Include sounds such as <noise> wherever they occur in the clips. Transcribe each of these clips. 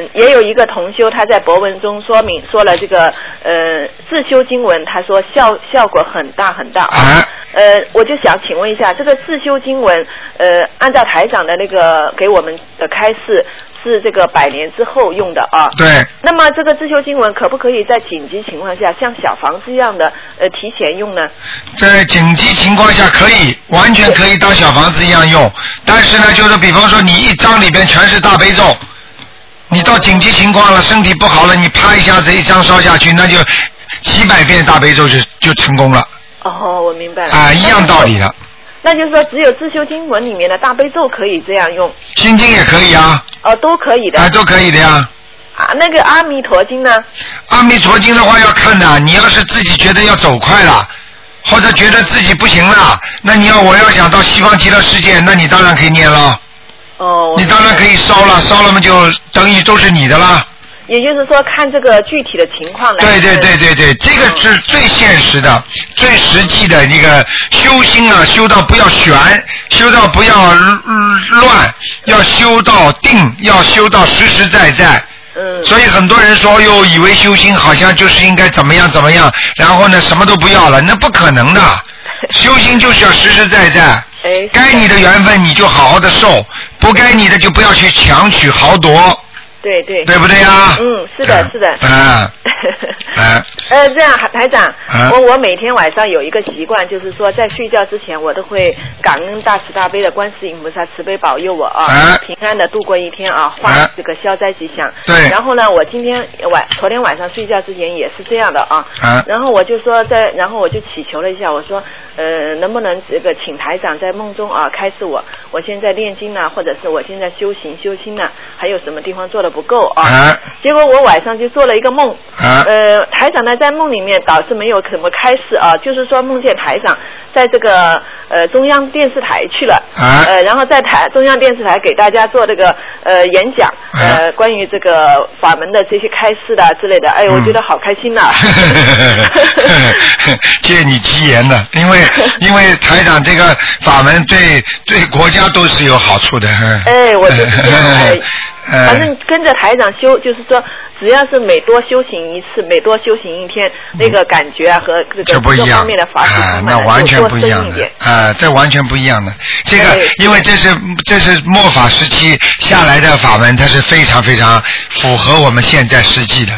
嗯也有一个同修，他在博文中说明说了这个呃自修经文，他说效效果很大很大啊。呃，我就想请问一下，这个自修经文，呃，按照台长的那个呃给我们的开示，是这个百年之后用的啊。对，那么这个自修经文可不可以在紧急情况下，像小房子一样的呃提前用呢？在紧急情况下可以，完全可以当小房子一样用。但是呢，就是比方说你一张里边全是大悲咒，你到紧急情况了，身体不好了，你啪一下子一张烧下去，那就几百遍大悲咒就就成功了哦，我明白了。啊、一样道理的。那就是说，只有自修经文里面的大悲咒可以这样用，心经也可以啊，哦，都可以的。啊、都可以的呀。啊，那个阿弥陀经呢？阿弥陀经的话要看的，你要是自己觉得要走快了，或者觉得自己不行了，那你要我要想到西方极乐世界，那你当然可以念了，哦，你当然可以。以烧了，烧了嘛就等于都是你的啦。也就是说，看这个具体的情况来。对对对。对对，这个是最现实的、最实际的那个修心啊，修到不要悬，修到不要嗯乱，要修到定，要修到实实在在。嗯。所以很多人说哟，以为修心好像就是应该怎么样怎么样，然后呢什么都不要了，那不可能的。修心就是要实实在在，哎。该你的缘分你就好好的受，不该你的就不要去强取豪夺，对对。对不对呀？嗯是的是的嗯嗯， <laughs> 呃，这样，台长，啊我我每天晚上有一个习惯，就是说在睡觉之前，我都会感恩大慈大悲的观世音菩萨慈悲保佑我啊，啊平安的度过一天啊，化啊这个消灾吉祥。对然后呢，我今天晚昨天晚上睡觉之前也是这样的啊。 <laughs> 啊然后我就说在，然后我就祈求了一下，我说，呃，能不能这个请台长在梦中啊开示我，我现在念经呢、啊或者是我现在修行修心呢、啊还有什么地方做的不够啊？啊结果我晚上就做了一个梦，啊呃，台长呢在梦里面导致没有怎么开始啊，就是说梦见台长在这个呃中央电视台去了，啊呃，然后在台中央电视台给大家做这个呃演讲，啊呃，关于这个法门的这些开示的之类的，哎，我觉嗯得好开心呐、 <laughs> <laughs> 借你吉言的，因 <laughs> 为因为台长这个法门对对国家都是有好处的。，哎，我就是这样，哎 <laughs> <laughs> 呃反正跟着台长修，就是说，只要是每多修行一次，每多修行一天，那个感觉啊和这嗯就个不各一样方面的法啊、喜充满那了完就全多不深一样一的点啊，这完全不一样的。这个对因为这是这是末法时期下来的法门，它是非常非常符合我们现在实际的，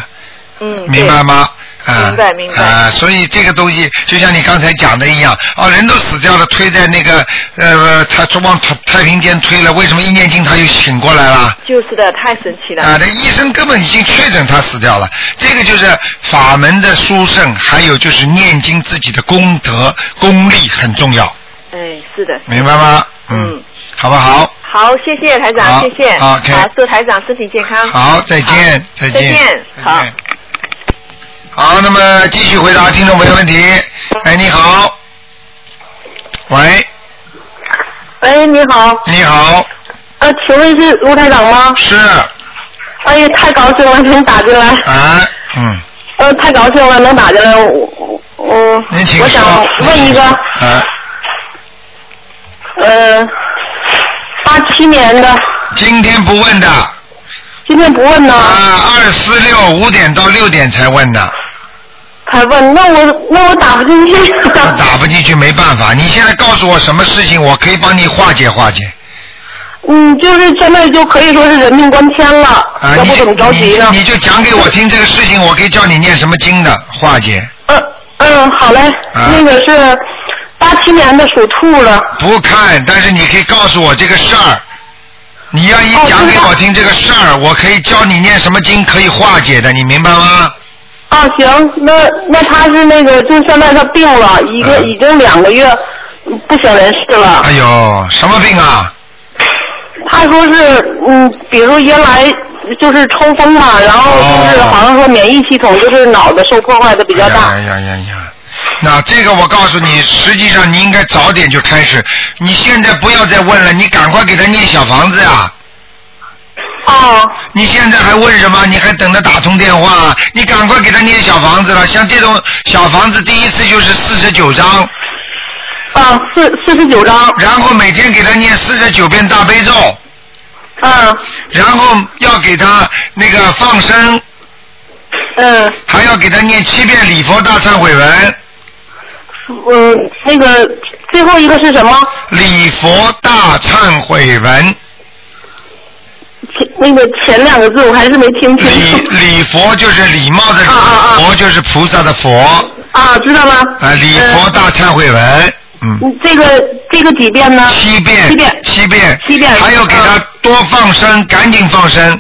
嗯，对明白吗？啊、明白明白啊、所以这个东西就像你刚才讲的一样，哦，人都死掉了，推在那个呃，他往太太平间推了，为什么一念经他又醒过来了？就是的，太神奇了。啊，那医生根本已经确诊他死掉了，这个就是法门的殊胜，还有就是念经自己的功德功力很重要，哎，是的。明白吗？嗯好不好？好，谢谢台长，好谢谢。好，OK 好，祝台长身体健康。好，再见，再见，再见好好，那么继续回答听众朋友问题。哎，你好，喂，哎，你好，你好，呃，请问是卢台长吗？是哎呀，太高兴了，能打进来，啊，嗯，呃，太高兴了，能打进来，我，嗯，您请我说想问一个，啊，呃，八七年的，今天不问的啊，今天不问呢，二四六五点到六点才问啊的。才问，那我那我打不进去，那打不进去没办法，你现在告诉我什么事情，我可以帮你化解化解。 <laughs> 嗯，就是现在就可以说是人命关天了，啊，要你不就怎么着急呢你？你就讲给我听这个事情，我可以教你念什么经的化解。嗯嗯，好嘞，啊那个是八七年的属兔的，不看，但是你可以告诉我这个事儿。你要一哦讲给知道我听这个事儿，我可以教你念什么经可以化解的，你明白吗？啊，行，那那他是那个，就现在他病了，一个、嗯已经两个月嗯不省人事了。哎呦，什么病啊？他说是，嗯，比如原来就是抽风嘛，然后就是哦好像说免疫系统就是脑子受破坏的比较大。哎呀呀呀呀！那这个我告诉你，实际上你应该早点就开始，你现在不要再问了，你赶快给他念小房子呀、哦，你现在还问什么？你还等着打通电话？你赶快给他念小房子了。像这种小房子，第一次就是四十九章，啊，四四十九张，然后每天给他念四十九遍大悲咒，嗯然后要给他那个放生，嗯还要给他念七遍礼佛大忏悔文，嗯，那个最后一个是什么？礼佛大忏悔文，前那个前两个字我还是没听清礼楚。礼佛就是礼貌的礼，啊啊啊佛就是菩萨的佛，啊，知道吗？啊，礼佛大忏悔文，嗯，嗯这个这个几遍呢？七遍，七遍七遍，七遍还要给他嗯多放生，赶紧放生。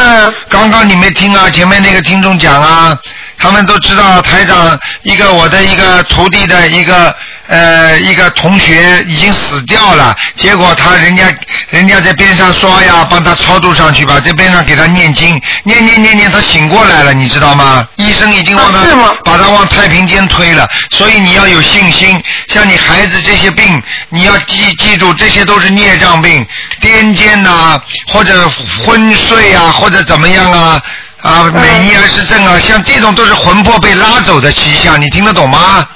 嗯刚刚你没听啊，前面那个听众讲啊，他们都知道啊台长一个我的一个徒弟的一个呃一个同学已经死掉了，结果他人家人家在边上说呀，帮他超度上去吧，在边上给他念经，念念念念，他醒过来了，你知道吗？医生已经往他、啊是吗把他往太平间推了，所以你要有信心。像你孩子这些病，你要记记住，这些都是孽障病，癫痫呐、或者昏睡啊，或者怎么样啊，啊，美尼尔氏症啊，像这种都是魂魄被拉走的迹象，你听得懂吗？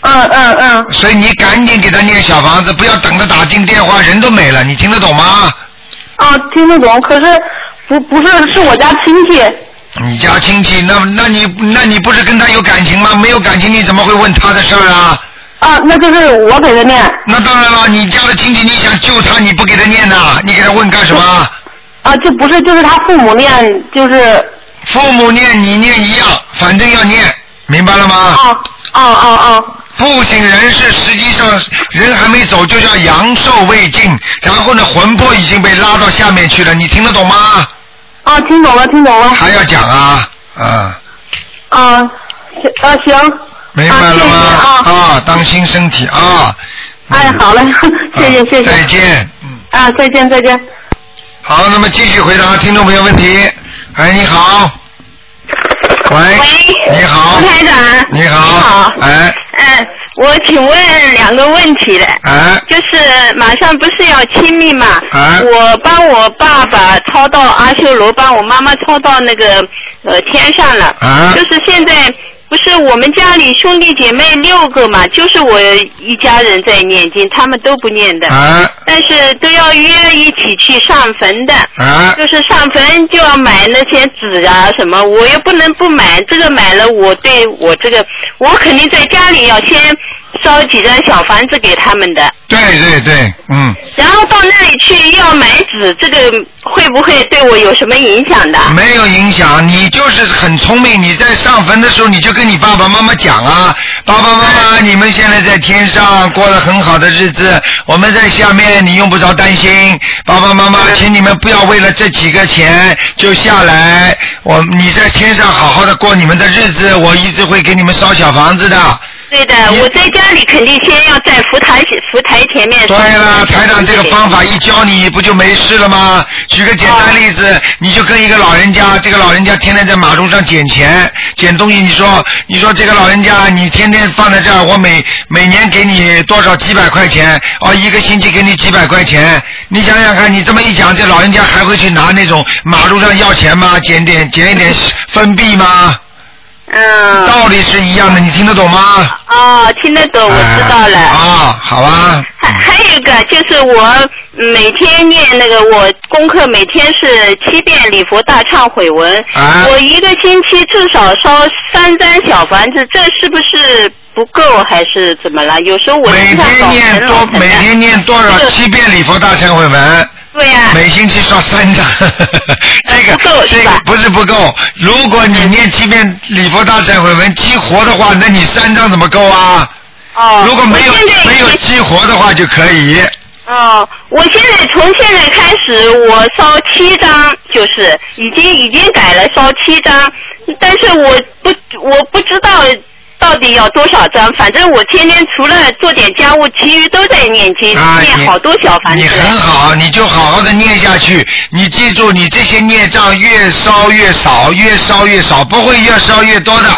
嗯嗯嗯，所以你赶紧给他念小房子，不要等着打进电话人都没了，你听得懂吗？啊，听得懂，可是不不是是我家亲戚。你家亲戚，那那你那你不是跟他有感情吗？没有感情你怎么会问他的事儿啊？啊，那就是我给他念那当然了，你家的亲戚，你想救他，你不给他念呐？你给他问干什么？啊，就不是就是他父母念，就是父母念你念一样，反正要念，明白了吗？啊啊啊啊不省人事，实际上人还没走，就叫阳寿未尽，然后呢，魂魄已经被拉到下面去了，你听得懂吗？啊，听懂了听懂了还要讲啊？啊，啊，行啊行，明白了吗？啊谢谢啊当心身体啊！哎好嘞， <laughs> 谢谢谢谢再见。嗯。啊，再见再见。好，那么继续回答听众朋友问题。哎，你好。喂。你好。吴台长。你好。你好。哎嗯，我请问两个问题的，哎就是马上不是要亲密嘛？啊我帮我爸爸超到阿修罗，帮我妈妈超到那个呃天上了。啊就是现在不是我们家里兄弟姐妹六个嘛，就是我一家人在念经，他们都不念的，哎但是都要约一起去上坟的。哎就是上坟就要买那些纸啊什么，我又不能不买，这个买了我对我这个，我肯定在家里要先烧几张小房子给他们的，对对对，嗯，然后到那里去要买纸，这个会不会对我有什么影响的？没有影响。你就是很聪明，你在上坟的时候，你就跟你爸爸妈妈讲啊，爸爸妈妈，你们现在在天上过了很好的日子，我们在下面，你用不着担心。爸爸妈妈，请你们不要为了这几个钱就下来，我你在天上好好的过你们的日子，我一直会给你们烧小房子的。对的，你我在家里肯定先要在佛台佛台前面。对了，台长这个方法一教你不就没事了吗？举个简单例哦子，你就跟一个老人家，这个老人家天天在马路上捡钱、捡东西，你说，你说这个老人家，你天天放在这儿，我每每年给你多少几百块钱，哦，一个星期给你几百块钱，你想想看，你这么一讲，这老人家还会去拿那种马路上要钱吗？捡点捡一点分币吗？嗯。道理是一样的，你听得懂吗？哦，听得懂，我知道了。哎啊，好吧。还还有一个就是我每天念那个，我功课每天是七遍礼佛大忏悔文，啊我一个星期至少烧三张小房子，这是不是不够还是怎么了？有时候我每经常天搞念成多，老每天念多少七遍礼佛大忏悔文？对呀、每星期烧三张，这个哎不够这是个吧不是不够。如果你念七遍礼佛大忏悔文激活的话，那你三张怎么够啊？哦，如果没有我现在已经没有激活的话就可以。哦，我现在从现在开始，我烧七张，就是已经已经改了烧七张，但是我不我不知道到底要多少张，反正我天天除了做点家务，其余都在念经，啊，念你好多小房子你。很好，你就好好的念下去。你记住，你这些孽障越烧越少，越烧越少，不会越烧越多的。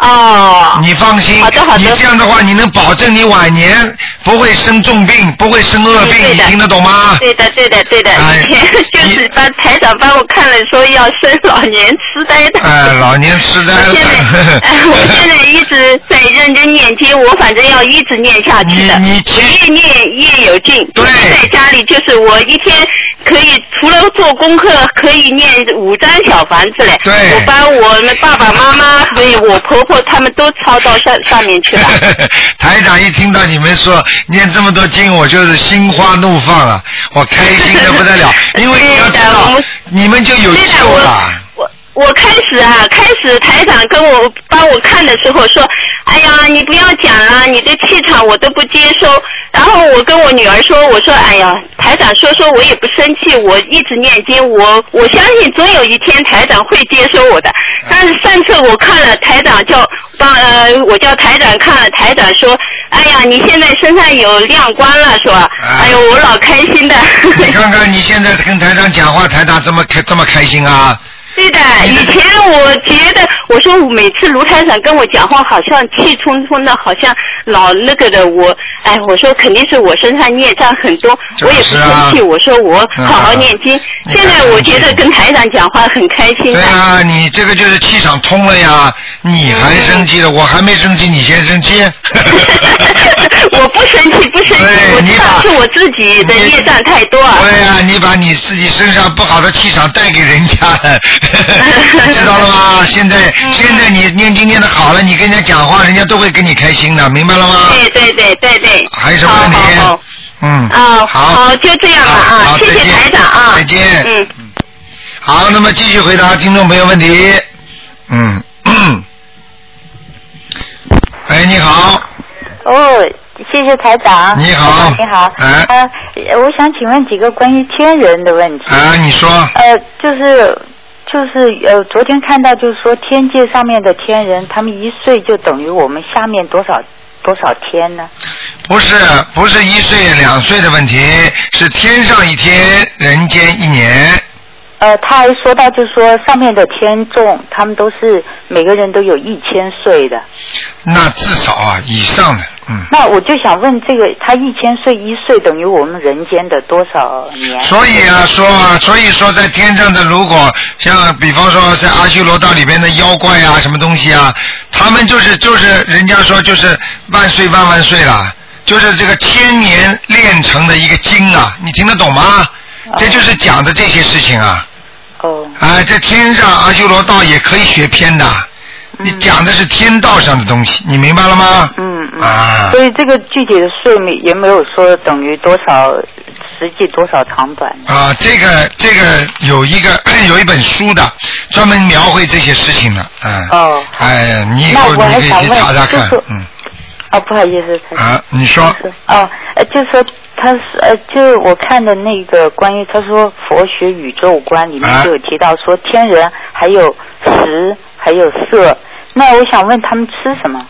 哦，你放心，好的好的你这样的话，你能保证你晚年不会生重病，不会生恶嗯病，对你的听得懂吗？对的，对的，对的，哎以前 <laughs> 就你是帮台长帮我看了，说要生老年痴呆的。哎，老年痴呆我了现在， <laughs> 哎我现在一直在认真念经，我反正要一直念下去的。你你其我越念越有劲。对在家里就是我一天可以除了做功课，可以念五张小房子嘞。对我帮我们爸爸妈妈还有我婆婆他们都抄到上上面去了。 <laughs> 台长一听到你们说念这么多经，我就是心花怒放啊，我开心的不得 <laughs> 了，因为你要知对的我道们，你们就有对的，救了。我我我开始啊，开始台长跟我帮我看的时候说，哎呀，你不要讲了，你的气场我都不接收。然后我跟我女儿说，我说，哎呀，台长说说我也不生气，我一直念经，我我相信总有一天台长会接收我的。但是上次我看了台长叫帮呃，我叫台长看了台长说，哎呀，你现在身上有亮光了，说，哎呦，我老开心的。你看看你现在跟台长讲话，台长这么开这么开心啊？对的，以前我觉得，我说我每次卢台长跟我讲话，好像气冲冲的，好像老那个的。我，哎，我说肯定是我身上孽障很多，就我也不是啊生气。我说我好好念经。嗯现在我觉得跟台长讲话很开心对的。啊，你这个就是气场通了呀，你还生气嗯了，我还没生气，你先生 <laughs> 气。 <laughs> 我不生气，不生气，对我你知把道是我自己的孽障太多。啊对呀、你把你自己身上不好的气场带给人家， <laughs> 知道了吗？现在嗯现在你念经念的好了，你跟人家讲话，人家都会跟你开心的，明白了吗？对对对对对。还有什么问题好好好嗯，哦，好，就这样吧好好啊，谢谢再见台长啊，再见嗯。好，那么继续回答听众朋友问题。 <clears throat> 嗯，哎，你好，哦，谢谢台长。你好台长你好。哎呃我想请问几个关于天人的问题。啊，你说，呃，就是就是呃，昨天看到就是说天界上面的天人，他们一岁就等于我们下面多少多少天呢？不是不是一岁两岁的问题，是天上一天，人间一年。呃，他还说到就是说上面的天众，他们都是每个人都有一千岁的。那至少啊，以上的，嗯。那我就想问，这个他一千岁一岁等于我们人间的多少年？所以啊，说啊，所以说在天上的，如果像比方说在阿修罗道里边的妖怪啊，什么东西啊，他们就是就是人家说就是万岁万万岁啦，就是这个千年炼成的一个经啊，你听得懂吗？这就是讲的这些事情啊，哦，啊，在天上阿修罗道也可以学偏的，你讲的是天道上的东西，你明白了吗？嗯嗯。啊，所以这个具体的税没也没有说等于多少实际多少长短。啊，这个这个有一个 <clears throat> 有一本书的，专门描绘这些事情的，嗯。哦哎，你以后那我你还可以想去问查查就看是，嗯。哦，不好意思，台长啊，你说，是哦，呃，就说他是呃，就是我看的那个关于他说佛学宇宙观里啊面就有提到说天人还有食还有色，那我想问他们吃什么？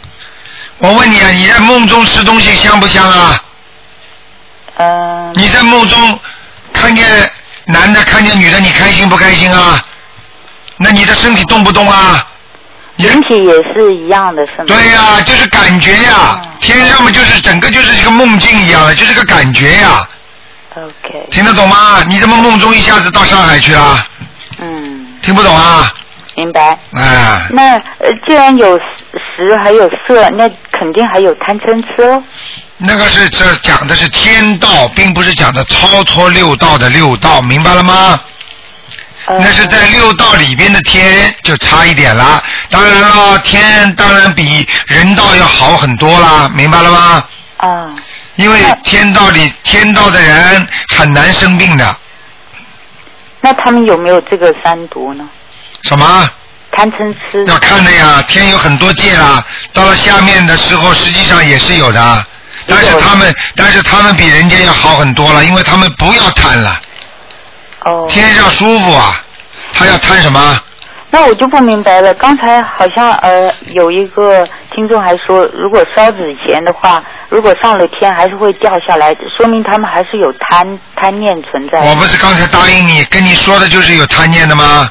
我问你啊，你在梦中吃东西香不香啊？嗯、你在梦中看见男的看见女的，你开心不开心啊？那你的身体动不动啊？你的人体也是一样的，是吗？对呀、就是感觉呀、嗯天上嘛就是整个就是一个梦境一样的，就是个感觉呀、 OK，听得懂吗？你怎么梦中一下子到上海去了？嗯，听不懂啊？明白。哎，那呃，既然有食还有色，那肯定还有贪嗔痴喽。那个是这讲的是天道，并不是讲的超脱六道的六道，明白了吗？呃、那是在六道里边的天就差一点啦。当然了，天当然比人道要好很多啦，明白了吗？啊，因为那天道里天道的人很难生病的。那他们有没有这个三毒呢？什么？贪嗔痴要看的呀，天有很多界啦，到了下面的时候，实际上也是有的，但是他们，但是他们比人家要好很多了，因为他们不要贪了，哦，天上舒服啊，他要贪什么？那我就不明白了。刚才好像呃有一个听众还说，如果烧纸钱的话，如果上了天还是会掉下来，说明他们还是有贪贪念存在。啊我不是刚才答应你跟你说的就是有贪念的吗？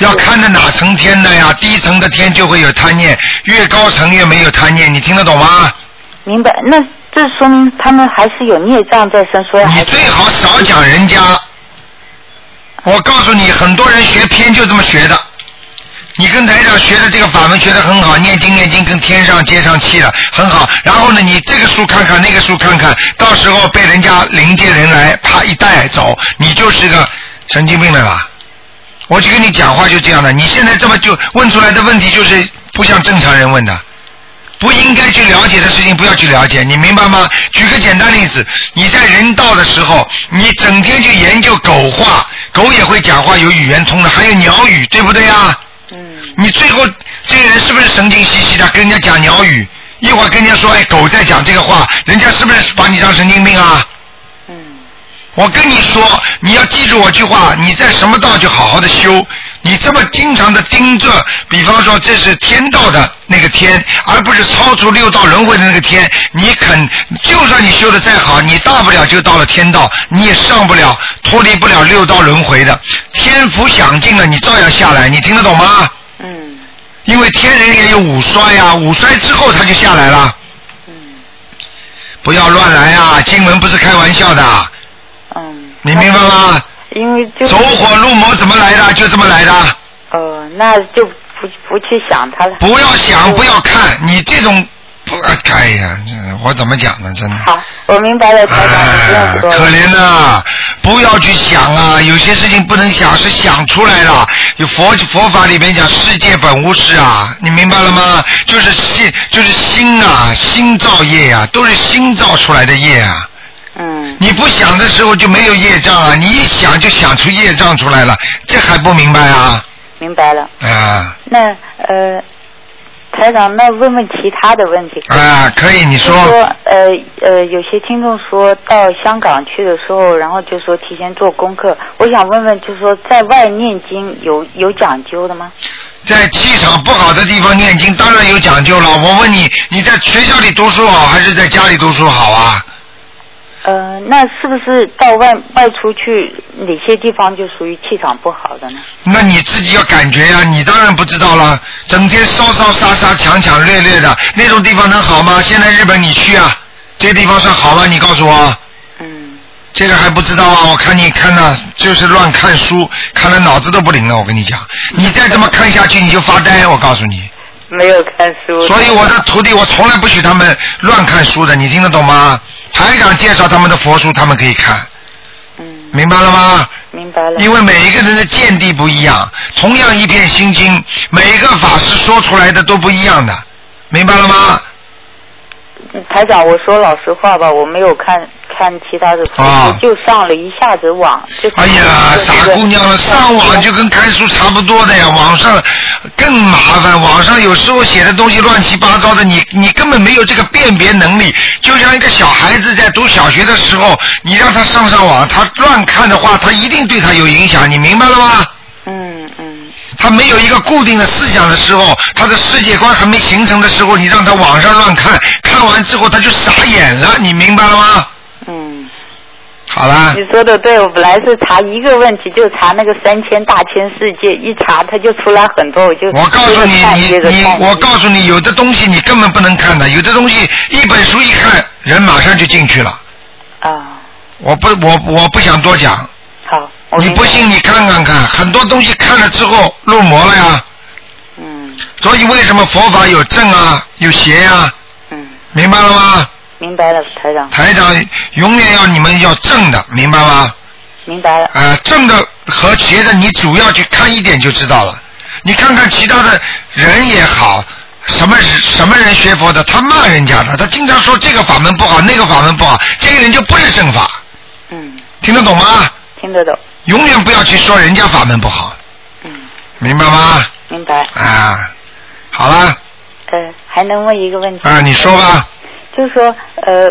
要看的哪层天的呀？低层的天就会有贪念，越高层越没有贪念，你听得懂吗？明白，那这说明他们还是有孽障在身，所以你还最好少讲人家。我告诉你，很多人学偏就这么学的。你跟台长学的这个法门学的很好，念经念经跟天上接上气了，很好。然后呢，你这个书看看，那个书看看，到时候被人家临界人来啪一带走，你就是个神经病了啦。我就跟你讲话就这样的，你现在这么就问出来的问题就是不像正常人问的。不应该去了解的事情，不要去了解，你明白吗？举个简单例子，你在人道的时候，你整天去研究狗话，狗也会讲话，有语言通的，还有鸟语，对不对呀？嗯。你最后这个人是不是神经兮兮的，跟人家讲鸟语？一会儿跟人家说，哎，狗在讲这个话，人家是不是把你当神经病啊？我跟你说，你要记住我句话，你在什么道就好好的修。你这么经常的盯着，比方说这是天道的那个天，而不是超出六道轮回的那个天。你肯，就算你修的再好，你大不了就到了天道，你也上不了，脱离不了六道轮回的。天福享尽了，你照样下来，你听得懂吗？嗯因为天人也有五衰呀、五衰之后他就下来了。不要乱来啊！经文不是开玩笑的，嗯，你明白吗？因为就走火入魔怎么来的？就这么来的。呃，那就不不去想他了。不要想，不要看，你这种不，哎呀，这我怎么讲呢？真的。好，我明白了，台长，你不哎用，说可了。怜呐、不要去想啊，有些事情不能想，是想出来的。有佛佛法里面讲世界本无事啊，你明白了吗？就是心，就是心啊，心造业呀、都是心造出来的业啊。嗯，你不想的时候就没有业障啊，你一想就想出业障出来了，这还不明白啊？明白了。啊那呃，台长，那问问其他的问题。啊，可以，你就说呃呃，有些听众说到香港去的时候，然后就说提前做功课。我想问问，就是说在外念经有有讲究的吗？在气场不好的地方念经，当然有讲究了。我问你，你在学校里读书好，还是在家里读书好啊？呃，那是不是到外外出去哪些地方就属于气场不好的呢？那你自己要感觉呀、你当然不知道了。整天烧烧杀杀、抢抢掠掠的那种地方能好吗？现在日本你去啊，这个地方算好吗？你告诉我，嗯，这个还不知道啊？我看你看呐，就是乱看书，看的脑子都不灵了。我跟你讲，你再这么看下去，你就发呆。我告诉你，没有看书。所以我的徒弟，我从来不许他们乱看书的，你听得懂吗？台长介绍他们的佛书，他们可以看，嗯，明白了吗？明白了。因为每一个人的见地不一样，同样一片心经，每一个法师说出来的都不一样的，明白了吗？嗯台长，我说老实话吧，我没有看看其他的书，啊我就上了一下子网。就哎呀，傻姑娘了，上网就跟看书差不多的呀，网上更麻烦，网上有时候写的东西乱七八糟的，你你根本没有这个辨别能力。就像一个小孩子在读小学的时候，你让他上上网，他乱看的话，他一定对他有影响，你明白了吗？嗯嗯他没有一个固定的思想的时候，他的世界观还没形成的时候，你让他网上乱看，看完之后他就傻眼了，你明白了吗？嗯，好啦你，说的对，我本来是查一个问题，就查那个三千大千世界，一查它就出来很多，我就我告接诉着你，看你接着你看，我告诉你，有的东西你根本不能看的，有的东西一本书一看，人马上就进去了。啊，我不，我我不想多讲，好，我你明白不信你看看看，很多东西看了之后入魔了呀。嗯所以为什么佛法有正啊，有邪呀、嗯，明白了吗？明白了，台长，台长永远要你们要正的，明白吗？明白了，呃，正的和邪的，你主要去看一点就知道了。你看看其他的人也好，什么什么人学佛的，他骂人家的，他经常说这个法门不好，那个法门不好，这个人就不是正法，嗯，听得懂吗？听得懂，永远不要去说人家法门不好，嗯，明白吗？明白，啊，好了，呃，还能问一个问题啊，你说吧，就是说，呃，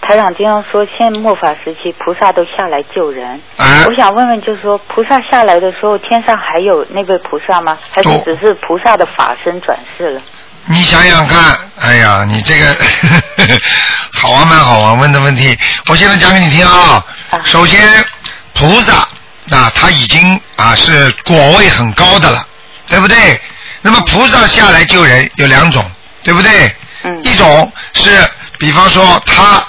台长经常说，现在末法时期，菩萨都下来救人。啊我，想问问，就是说，菩萨下来的时候，天上还有那位菩萨吗？还有是只是菩萨的法身转世了？你想想看，哎呀，你这个 <laughs> 好啊玩蛮好玩，问的问题，我现在讲给你听啊。啊首先，菩萨那他已经啊是果位很高的了，对不对？那么菩萨下来救人有两种，对不对？嗯一种是比方说他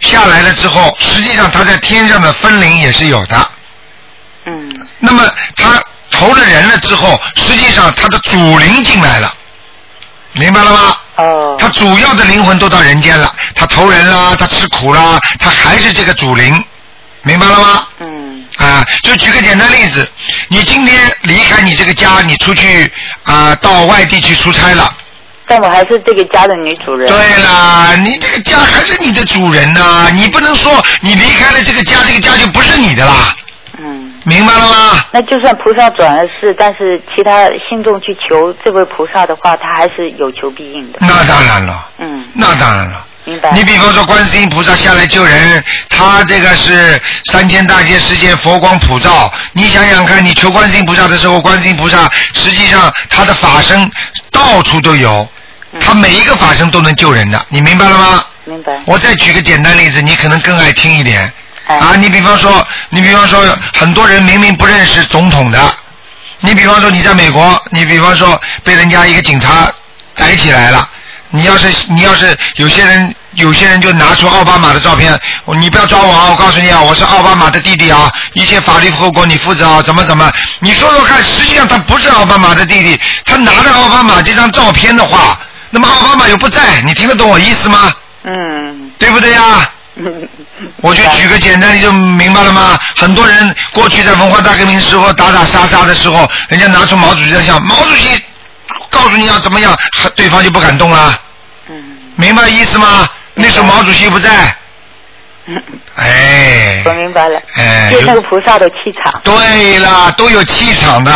下来了之后，实际上他在天上的分灵也是有的，嗯那么他投了人了之后，实际上他的主灵进来了，明白了吗？哦他主要的灵魂都到人间了，他投人啦，他吃苦啦，他还是这个主灵，明白了吗？嗯啊，就举个简单例子，你今天离开你这个家，你出去啊，到外地去出差了，但我还是这个家的女主人。对啦，你这个家还是你的主人呐、你不能说你离开了这个家，这个家就不是你的啦，嗯，明白了吗？那就算菩萨转了世，但是其他信众去求这位菩萨的话，他还是有求必应的。那当然了，嗯，那当然了。明白。你比方说观世音菩萨下来救人，他这个是三千大千世界佛光普照。你想想看，你求观世音菩萨的时候，观世音菩萨实际上他的法身到处都有，他每一个法身都能救人的，你明白了吗？嗯明白。我再举个简单例子，你可能更爱听一点。哎啊，你比方说，你比方说，很多人明明不认识总统的，你比方说你在美国，你比方说被人家一个警察逮起来了，你要是你要是有些人有些人就拿出奥巴马的照片，我你不要抓我啊！我告诉你啊，我是奥巴马的弟弟啊，一切法律后果你负责啊，怎么怎么？你说说看，实际上他不是奥巴马的弟弟，他拿着奥巴马这张照片的话，那么奥巴马又不在，你听得懂我意思吗？嗯，对不对呀、 <laughs> 我就举个简单，你就明白了吗？很多人过去在文化大革命时候打打杀杀的时候，人家拿出毛主席的像，毛主席告诉你要怎么样，对方就不敢动了，嗯，明白意思吗？那时候毛主席不在，哎 <laughs> 我，明白了，哎，就那个有菩萨的气场。对啦，都有气场的，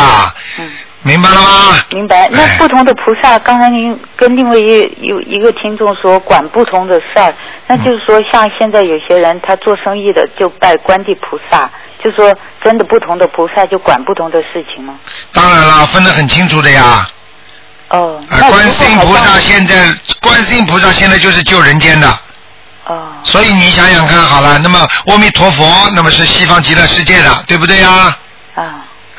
嗯，明白了吗？明白。哎那不同的菩萨，刚才您跟另外一有一个听众说管不同的事儿，那嗯就是说像现在有些人他做生意的就拜观地菩萨，就说真的不同的菩萨就管不同的事情吗？当然了，分得很清楚的呀。哦，啊，那观如世果音好菩萨像现在，观世音菩萨现在就是救人间的。哦，所以你想想看好了，那么阿弥陀佛，那么是西方极乐世界的，对不对呀？啊，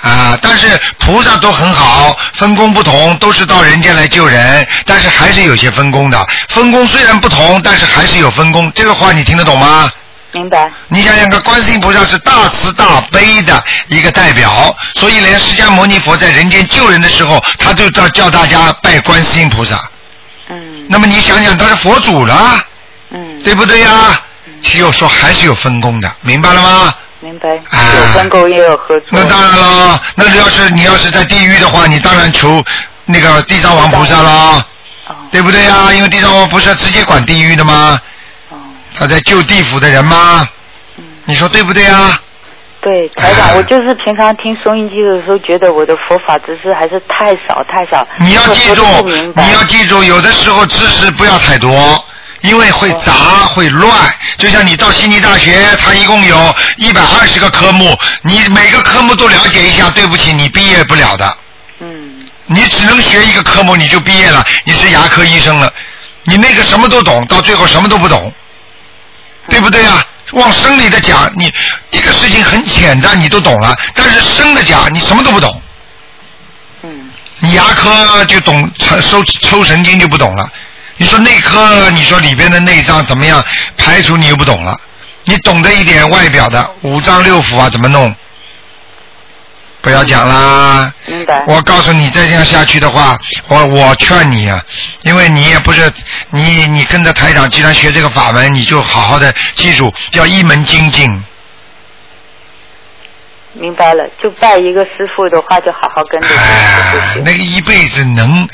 啊，但是菩萨都很好，分工不同，都是到人间来救人，但是还是有些分工的。分工虽然不同，但是还是有分工。这个话你听得懂吗？明白。你想想看，观世音菩萨是大慈大悲的一个代表，所以连释迦牟尼佛在人间救人的时候，他就叫叫大家拜观世音菩萨。嗯那么你想想，他是佛祖了，嗯，对不对呀？又说还是有分工的，明白了吗？明白。啊有分工也有合作。哦那当然了，那要是你要是在地狱的话，你当然求那个地藏王菩萨了，哦对不对呀、因为地藏王菩萨直接管地狱的嘛，哦。他在救地府的人嘛，嗯你说对不对呀、对，台长，哎我就是平常听收音机的时候，觉得我的佛法知识还是太少太少。你要记住我不明，白你要记住，有的时候知识不要太多。因为会杂会乱，就像你到悉尼大学，它一共有一百二十个科目，你每个科目都了解一下，对不起，你毕业不了的。嗯你只能学一个科目你就毕业了，你是牙科医生了，你那个什么都懂，到最后什么都不懂，对不对啊？往深里的讲，你一个事情很简单，你都懂了，但是深的讲，你什么都不懂。嗯你牙科就懂抽抽抽神经就不懂了，你说内科，你说里边的内脏怎么样排除，你又不懂了。你懂得一点外表的五脏六腑啊怎么弄，不要讲啦。明白。我告诉你，再这样下去的话，我我劝你啊，因为你也不是你你跟着台长，既然学这个法门，你就好好的记住，要一门精进。明白了，就拜一个师傅的话，就好好跟着这个师哎傅，那学。个一辈子能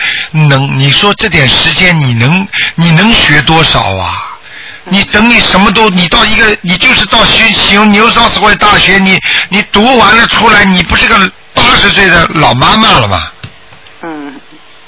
能，你说这点时间你能你能学多少啊？你等你什么都，你到一个，你就是到西西牛桑斯会大学，你你读完了出来，你不是个八十岁的老妈妈了吗？嗯，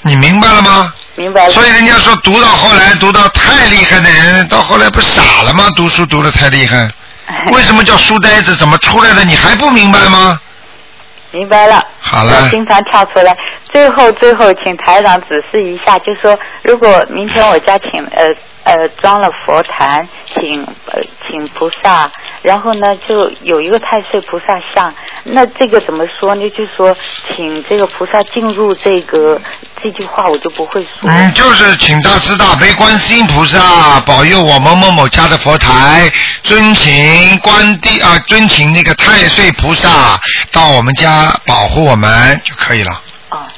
你明白了吗？明白了。所以人家说读到后来，读到太厉害的人，到后来不傻了吗？读书读的太厉害，哎为什么叫书呆子？怎么出来的？你还不明白吗？ <laughs> 明白了。好了我经常跳出来。最后，最后，请台长指示一下，就说如果明天我家请呃呃装了佛坛，请呃请菩萨，然后呢就有一个太岁菩萨像，那这个怎么说呢？就说请这个菩萨进入这个这句话我就不会说。嗯，就是请大慈大悲观世音菩萨保佑我们某某家的佛台，尊请观地啊，尊请那个太岁菩萨到我们家保护我们就可以了。啊，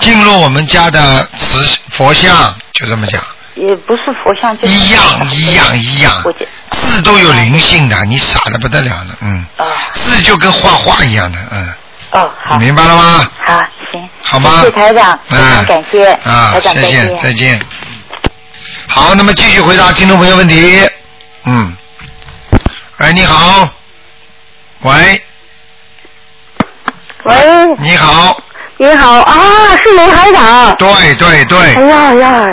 进入我们家的慈佛像，就这么讲，也不是佛像，就是一样一样一样我觉，字都有灵性的，你傻的不得了了，嗯，啊字就跟画画一样的，嗯，哦好你明白了吗？好行，好吗？谢谢台长，非常嗯，感谢、啊，台长，再再见，再见。好，那么继续回答听众朋友问题。嗯，哎，你好，喂，喂，你好，你好啊，是卢台长。对对哎对，呀呀，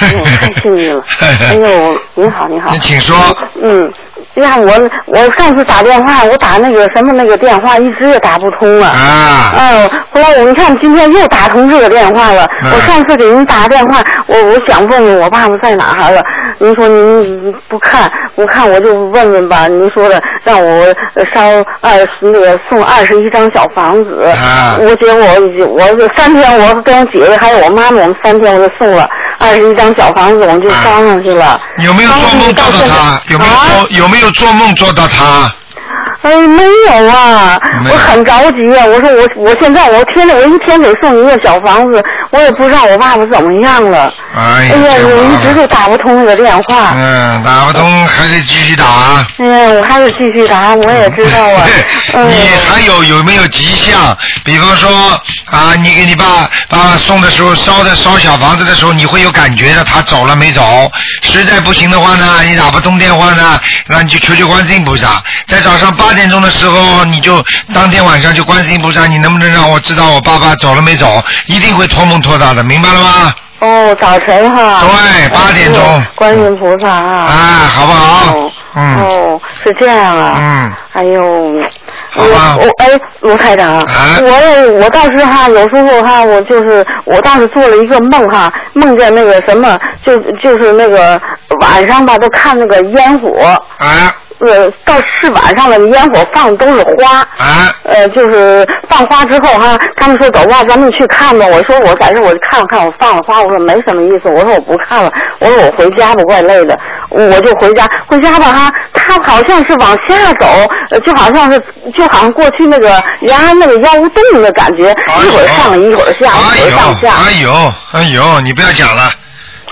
哎呦，太幸 <laughs> 运了！哎呦，您好，您好你。请说，嗯，呀，我我上次打电话，我打那个什么那个电话，一直也打不通哎啊。啊，哦，后来我你看今天又打通这个电话了。嗯我上次给您打电话，我我想问问我爸爸在哪儿了，您说您不看，不看我就问问吧。您说的让我呃烧二十那个送二十一张小房子。呃啊我觉得我我这三天，我跟我姐姐还有我妈妈，我们三天我就送了二十一张小房子，我们就啊烧上去了。有没有做梦做到他？哎有没有啊做有没有做梦做到他？哎，没有啊，没有我很着急呀、我说我我现在我天天我一天得送一个小房子，我也不知道我爸爸怎么样了。哎哎呀，呀，我一直这就个打不通那个电话。嗯，打不通还得继续打。。哎呀，我还得继续打，我也知道啊哎嗯 <laughs> 你呀还有有没有迹象？比方说啊，你给你爸爸爸送的时候，烧的烧小房子的时候，你会有感觉的，他走了没走？实在不行的话呢，你打不通电话呢，那你就求求观世音菩萨。在早上八点钟的时候，你就当天晚上就观世音菩萨，你能不能让我知道我爸爸走了没走？一定会托梦托到的，明白了吗？哦，早晨哈。对八点钟哎呦观音菩萨啊。啊，好不好哦？嗯哦，是这样啊。嗯，哎呦，我好吧我哎，卢台长，啊我我倒是哈，有时候哈，我就是我倒是做了一个梦哈，梦见那个什么，就就是那个晚上吧，都看那个烟火，啊呃，到是晚上了，烟火放的都是花。啊呃，就是放花之后哈，他们说走吧，咱们去看吧。我说我在这我看了看，我放了花，我说没什么意思，我说我不看了，我说我回家吧，怪累的，我就回家。回家吧哈，他好像是往下走，呃就好像是就好像过去那个原来那个妖洞的感觉，一会儿上一会儿下，哎一会呦，儿上下。哎呦，哎呦，你不要讲了。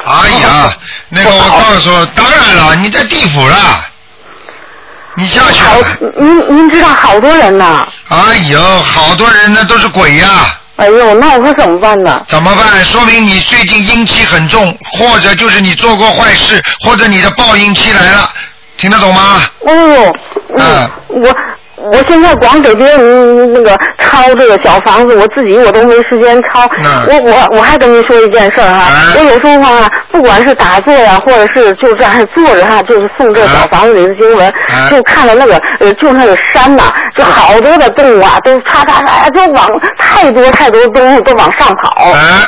哎 <laughs> 呀，那个我告诉，当然了，你在地府了，你下去好了。，您您知道好多人呐，哎呦，好多人呢都是鬼呀、哎呦，那我说怎么办呢？怎么办？说明你最近阴气很重，或者就是你做过坏事，或者你的报应期来了，听得懂吗？哎呦，嗯嗯，我我现在光给别人那个抄这个小房子，我自己我都没时间抄。嗯我我我还跟您说一件事儿哈、嗯我有时候啊，不管是打坐呀、或者是就这样坐着哈、就是诵这小房子里的经文，嗯就看到那个呃，就那个山呐、就好多的动物啊，都嚓嚓嚓，都往太多太多东西都往上跑。哎，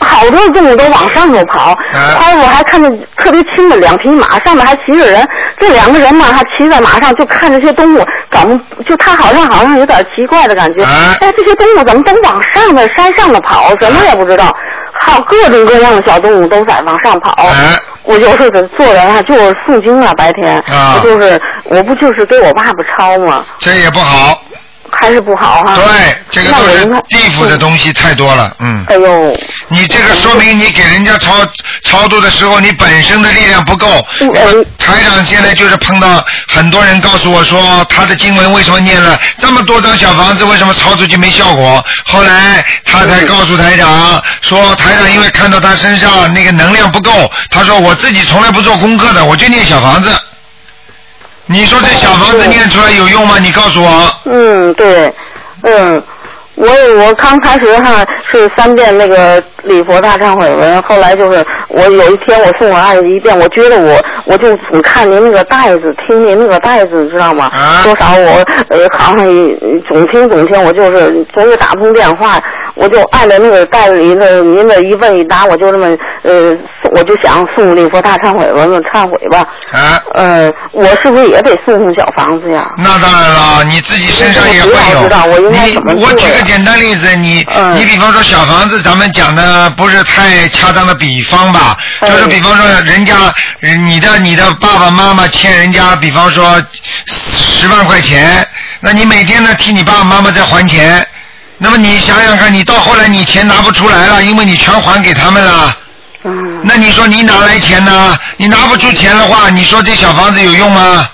好多动物都往上头跑，嗯后来我还看见特别轻的两匹马，上面还骑着人，这两个人嘛，还骑在马上，就看这些动物怎么，就他好像好像有点奇怪的感觉，嗯哎，这些动物怎么都往上的山上的跑，什么也不知道，好各种各样的小动物都在往上跑。哎，我有时候在做人啊，就是诵经啊，白天，啊我就是我不就是给我爸爸抄吗？这也不好。还是不好哈、对，这个啊那都我是应该地府的东西太多了，嗯。哎呦，你这个说明你给人家超超度的时候，你本身的力量不够。嗯嗯台长现在就是碰到很多人告诉我说，他的经文为什么念了这么多张小房子，为什么超出去没效果？后来他才告诉台长说，台长因为看到他身上那个能量不够，他说我自己从来不做功课的，我就念小房子。你说这小哦房子念出来有用吗？你告诉我。嗯，对，嗯，我我刚开始哈是三遍那个礼佛大忏悔文，后来就是我有一天我送我爱人一遍，我觉得我我就只看您那个袋子，听您那个袋子，你知道吗？啊多少我呃行行总听总听，我就是总呃有打不通电话，我就按照那个袋子里的您的一问一答，我就这么呃，送我就想送礼佛大忏悔文了，忏悔吧。啊，呃，我是不是也得送送小房子呀？那当然了，你自己身上也会我有知道我应该。你怎么做我举个简单例子，你嗯你比方说小房子，咱们讲的不是太恰当的比方吧？嗯就是比方说人家你的你的爸爸妈妈欠人家，比方说十万块钱，那你每天呢替你爸爸妈妈在还钱，那么你想想看，你到后来你钱拿不出来了，因为你全还给他们了。嗯，那你说你哪来钱呢？你拿不出钱的话，你说这小房子有用吗？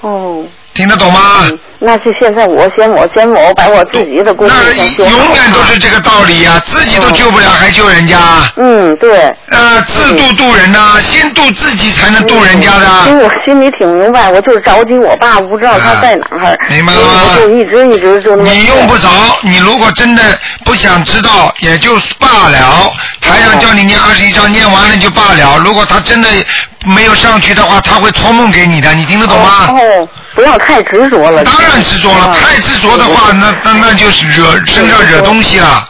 哦。听得懂吗？嗯那是现在我先我先我把我自己的工作那先做好永远都是这个道理呀、自己都救不了，还救人家？嗯，对。呃，自度度人呐、先度自己才能度人家其实的。啊我嗯心里挺明白，我就是着急我爸，不知道他在哪儿，啊明白了吗所以我就一直一直就那么。哦你用不着，嗯你如果真的不想知道，也就罢了。台嗯上叫你念二十一章，念完了就罢了。如果他真的没有上去的话，他会托梦给你的，你听得懂吗？哦，不要太执着了。当然执着了，啊太执着的话，那那那就是惹身上惹东西了。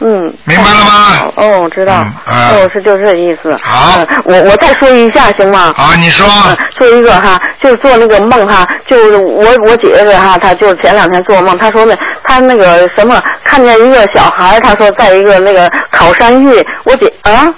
嗯，明白了吗哦，知道。嗯啊哦，是就是这意思。好嗯我我再说一下行吗？好，啊你说，做一个哈，就是做那个梦哈，就是我我姐姐哈，她就是前两天做梦，她说呢，她那个什么看见一个小孩儿，她说在一个那个烤山芋，我姐啊。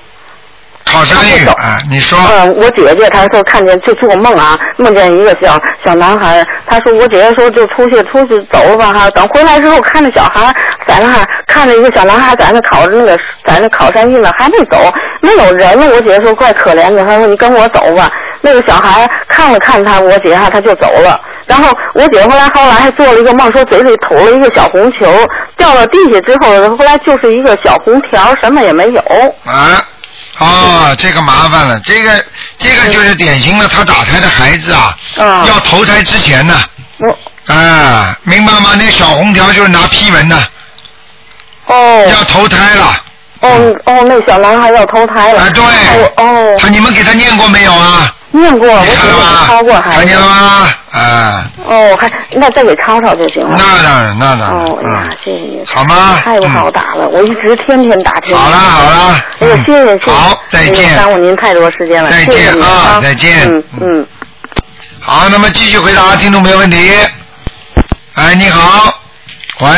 烤山芋他会走啊，你说，嗯，我姐姐她说看见就做梦啊，梦见一个小小男孩，她说我姐姐说就出去出去走吧哈，等回来之后看着小孩在那儿看着一个小男孩在那烤着那个在那烤山芋呢，还没走，没有人呢。我姐姐说怪可怜的，她说你跟我走吧。那个小孩看了看他，我姐哈他就走了。然后我姐后来后来还做了一个梦，说嘴里吐了一个小红球，掉到地下之后，后来就是一个小红条，什么也没有。啊，哦，这个麻烦了，这个这个就是典型的他打胎的孩子啊，嗯要投胎之前呢，我啊，明白吗？那小红条就是拿批文的，哦。要投胎了，哦哦，那小男孩要投胎了。啊，对哦，哦，他你们给他念过没有啊？念过，嗯我你看只了是超过吗？孩看见子了。吗？啊，哦，还那再给抄抄就行了。那当然，那当哦哎然，呀，谢谢你嗯，，好吗？嗯太不好打了，我一直天天打嗯。天。好了好了，哎呀，嗯谢谢谢谢。好，再哎呀见。耽误您太多时间了。再见谢谢您啊再见嗯嗯。好，那么继续回答听众朋友问题。哎，你好，喂，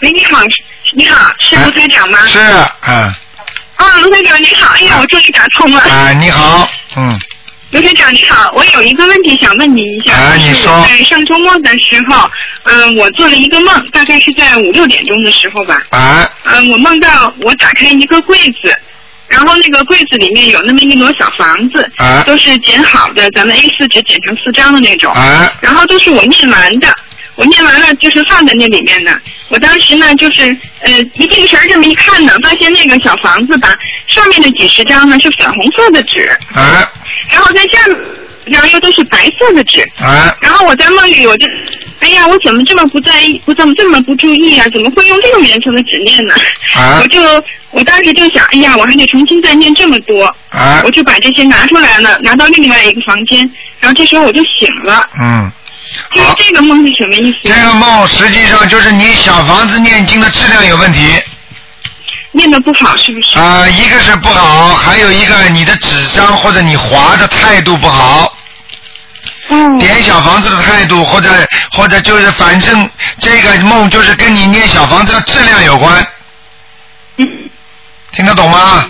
喂，你好，你好，是卢台长吗？是，嗯，啊，卢台长你好，哎呀，我终于打通了。哎，你好，嗯，卢台长你好，我有一个问题想问你一下，哎你就是说我在上周末的时候，嗯、我做了一个梦，大概是在五六点钟的时候吧，哎，嗯、我梦到我打开一个柜子。然后那个柜子里面有那么一摞小房子，哎都是剪好的，咱们 A 4纸剪成四张的那种。哎，然后都是我念完的，我念完了就是放在那里面的。我当时呢，就是呃一定神儿这么一看呢，发现那个小房子吧，上面的几十张呢是粉红色的纸，哎，然后在下面然后又都是白色的纸。哎，然后我在梦里我就，哎呀，我怎么这么不在意，我怎么这么不注意啊？怎么会用这种颜色的纸念呢？啊我就我当时就想，哎呀，我还得重新再念这么多。哎我，就把这些拿出来了，拿到另外一个房间，然后这时候我就醒了。嗯，就是好，这个梦是什么意思这？个梦实际上就是你小房子念经的质量有问题念的不好是不是？啊、一个是不好，还有一个你的纸张或者你划的态度不好。嗯点小房子的态度，或者或者就是反正这个梦就是跟你念小房子的质量有关，啊嗯，听得懂吗？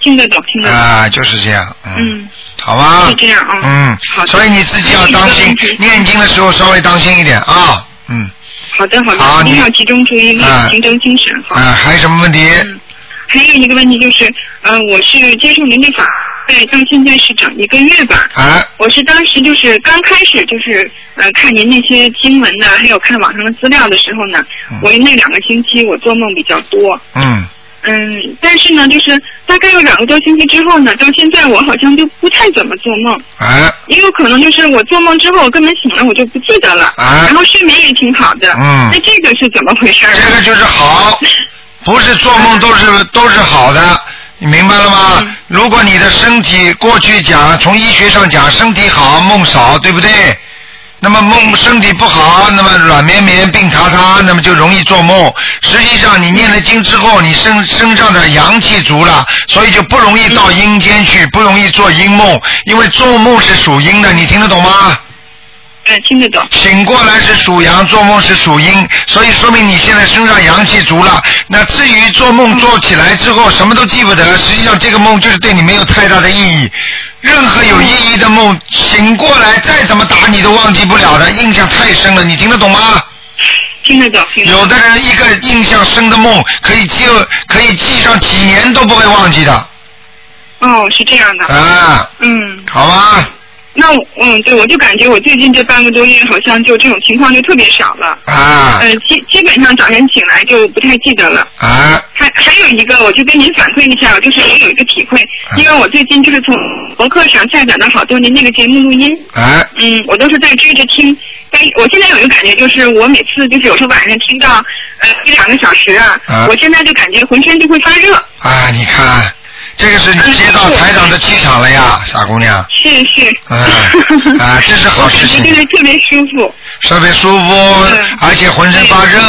听得懂，听得懂。啊，就是这样，嗯，嗯，好吧是，这样啊。嗯好，的嗯所以你自己要当心嗯没有一个问，题念经的时候稍微当心一点啊，嗯，好的，好的。好一定你要集中注意力啊，集中精神。好。啊，还有什么问题？嗯。还有一个问题就是，呃，我是接触您的法，对，到现在是整一个月吧。啊，我是当时就是刚开始就是呃看您那些经文呢，还有看网上的资料的时候呢嗯，我那两个星期我做梦比较多，嗯，嗯，但是呢，就是大概有两个多星期之后呢，到现在我好像就不太怎么做梦，啊，也有可能就是我做梦之后，我根本醒了，我就不记得了。啊然后睡眠也挺好的。嗯那这个是怎么回事儿？啊这个就是好，不是做梦都是都是好的，你明白了吗？如果你的身体过去讲，从医学上讲，身体好梦少，对不对？那么梦身体不好，那么软绵绵、病塌塌，那么就容易做梦。实际上，你念了经之后，你身身上的阳气足了，所以就不容易到阴间去，不容易做阴梦，因为做梦是属阴的，你听得懂吗？嗯，听得懂。醒过来是属阳，做梦是属阴，所以说明你现在身上阳气足了。那至于做梦做起来之后什么都记不得，实际上这个梦就是对你没有太大的意义。任何有意义的梦，醒过来再怎么打你都忘记不了的，印象太深了。你听得懂吗？听得懂，听得懂。有的人一个印象深的梦，可以记可以记上几年都不会忘记的哦，是这样的。啊，嗯，好吧？那我嗯，对，我就感觉我最近这半个多月好像就这种情况就特别少了。啊呃，基基本上早晨醒来就不太记得了。啊还还有一个，我就跟您反馈一下，我就是我有一个体会，嗯因为我最近就是从博客上下载了好多您那个节目录音，啊嗯，我都是在追着听。但我现在有一个感觉，就是我每次就是有时候晚上听到呃一两个小时啊，啊我现在就感觉浑身就会发热。啊！你看，这个是你接到台长的气场了呀，傻姑娘。是是。 <laughs> 啊啊这是好事情我感觉就是特别舒服。特别舒服，而且浑身发热，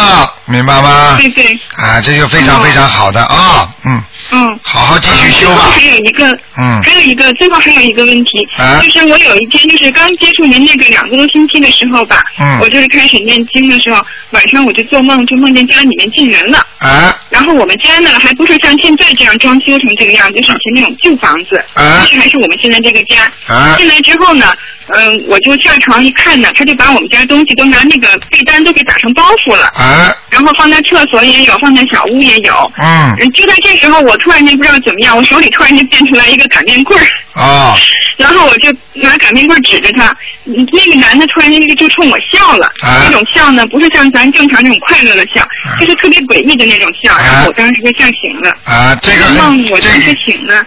明白吗对？对，啊，这就非常非常好的啊，嗯，嗯。好好继续修吧还，有一个，嗯还有一个，最后还有一个问题，啊就是我有一天就是刚接触您那个两个多星期的时候吧，嗯我就是开始念经的时候，晚上我就做梦，就梦见家里面进人了。啊然后我们家呢，还不是像现在这样装修成这个样，就是以前那种旧房子，啊但是还是我们现在这个家。啊进来之后呢，嗯，我就下床一看呢，他就把我们家东西都拿那个被单都给打成包袱了，啊，然后放在厕所也有，放在小屋也有。嗯，嗯就在这时候，我突然间不知道怎么样，我手里突然间变出来一个擀面棍儿，哦，然后我就拿擀面棍儿指着他，嗯那个男的突然间就冲我笑了，啊那种笑呢，不是像咱正常那种快乐的笑，啊就是特别诡异的那种笑，啊然后我当时就吓醒了。啊，这个梦很我当时这醒了，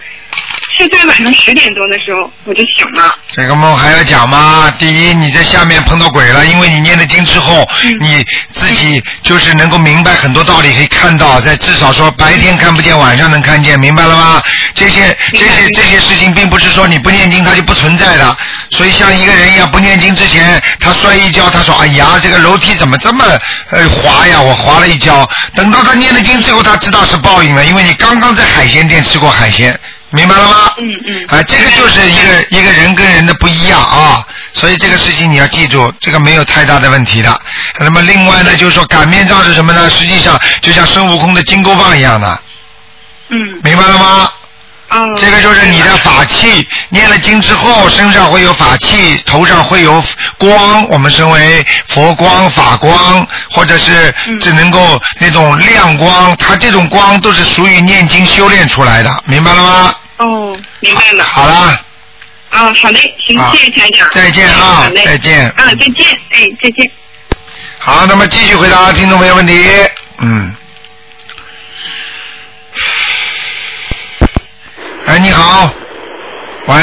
是在晚上十点多的时候我就醒了。这个梦还要讲吗？第一，你在下面碰到鬼了，因为你念了经之后，你自己就是能够明白很多道理，可以看到，在至少说白天看不见，晚上能看见，明白了吗？这些这些这些事情，并不是说你不念经它就不存在的。所以像一个人一样，不念经之前，他摔一跤，他说：“哎呀，这个楼梯怎么这么呃滑呀？我滑了一跤。”等到他念了经之后，他知道是报应了，因为你刚刚在海鲜店吃过海鲜，明白了吗？嗯嗯啊，这个就是一个一个人跟人的不一样啊，所以这个事情你要记住，这个没有太大的问题的。那么另外呢，就是说擀面杖是什么呢？实际上就像孙悟空的金箍棒一样的，嗯，明白了吗？哦，这个就是你的法器，念了经之后，身上会有法器，头上会有光，我们称为佛光、法光，或者是嗯只能够那种亮光，它这种光都是属于念经修炼出来的，明白了吗？哦，明白了。好了。啊，好嘞，行啊，谢谢台长。再见啊好嘞，再见啊，再见，哎，再见。好，那么继续回答听众朋友问题。嗯。哎，你好。喂，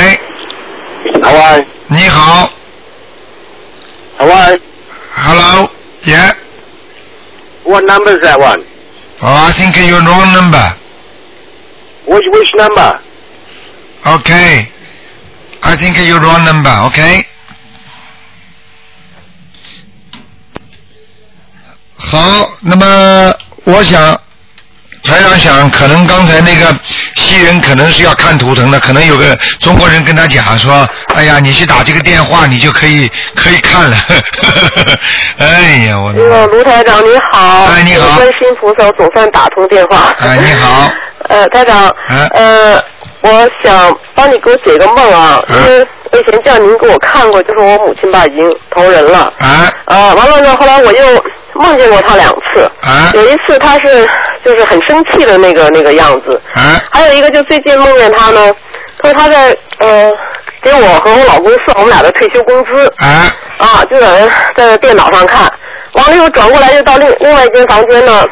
台湾，你好台湾，Hello，Yeah， ，What number is that one? oh, I think you wrong number. Which which number? Okay, I think you wrong number. Okay. 好，那么我想，台长想，可能刚才那个西人可能是要看图腾的，可能有个中国人跟他讲说，哎呀，你去打这个电话，你就可以可以看了。 <laughs> 哎呀，我的那妈个卢台长你好，哎你好观世音菩萨总算打通电话。哎你好。 <laughs> 呃，台长，哎呃，我想帮你给我解个梦啊，哎因为我以前叫您给我看过，就是我母亲吧已经投人了，啊呃，完了呢，后来我又梦见过她两次，啊有一次她是就是很生气的那个那个样子，啊还有一个就最近梦见她呢，她说她在呃给我和我老公算我们俩的退休工资，啊啊，就在那在电脑上看，完了又转过来又到另另外一间房间呢。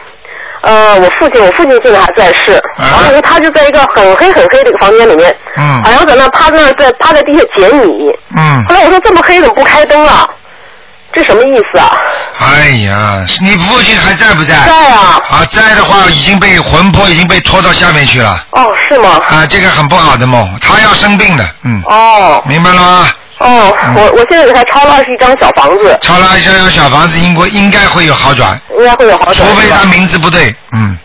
呃，我父亲，我父亲现在还在世，啊完了以后他就在一个很黑很黑的一个房间里面，嗯好像在那趴在那儿在趴在地下捡米。嗯后来我说这么黑怎么不开灯啊？这什么意思啊？哎呀，你父亲还在不在？在啊。啊，在的话已经被魂魄已经被拖到下面去了。哦，是吗？啊，这个很不好的梦，他要生病的，嗯，哦明白了吗？哦，嗯我我现在给他抄了二十一张小房子，超拉逍遥小房子应该应该会有好转，应该会有好除转。非是吧他名字不对，嗯，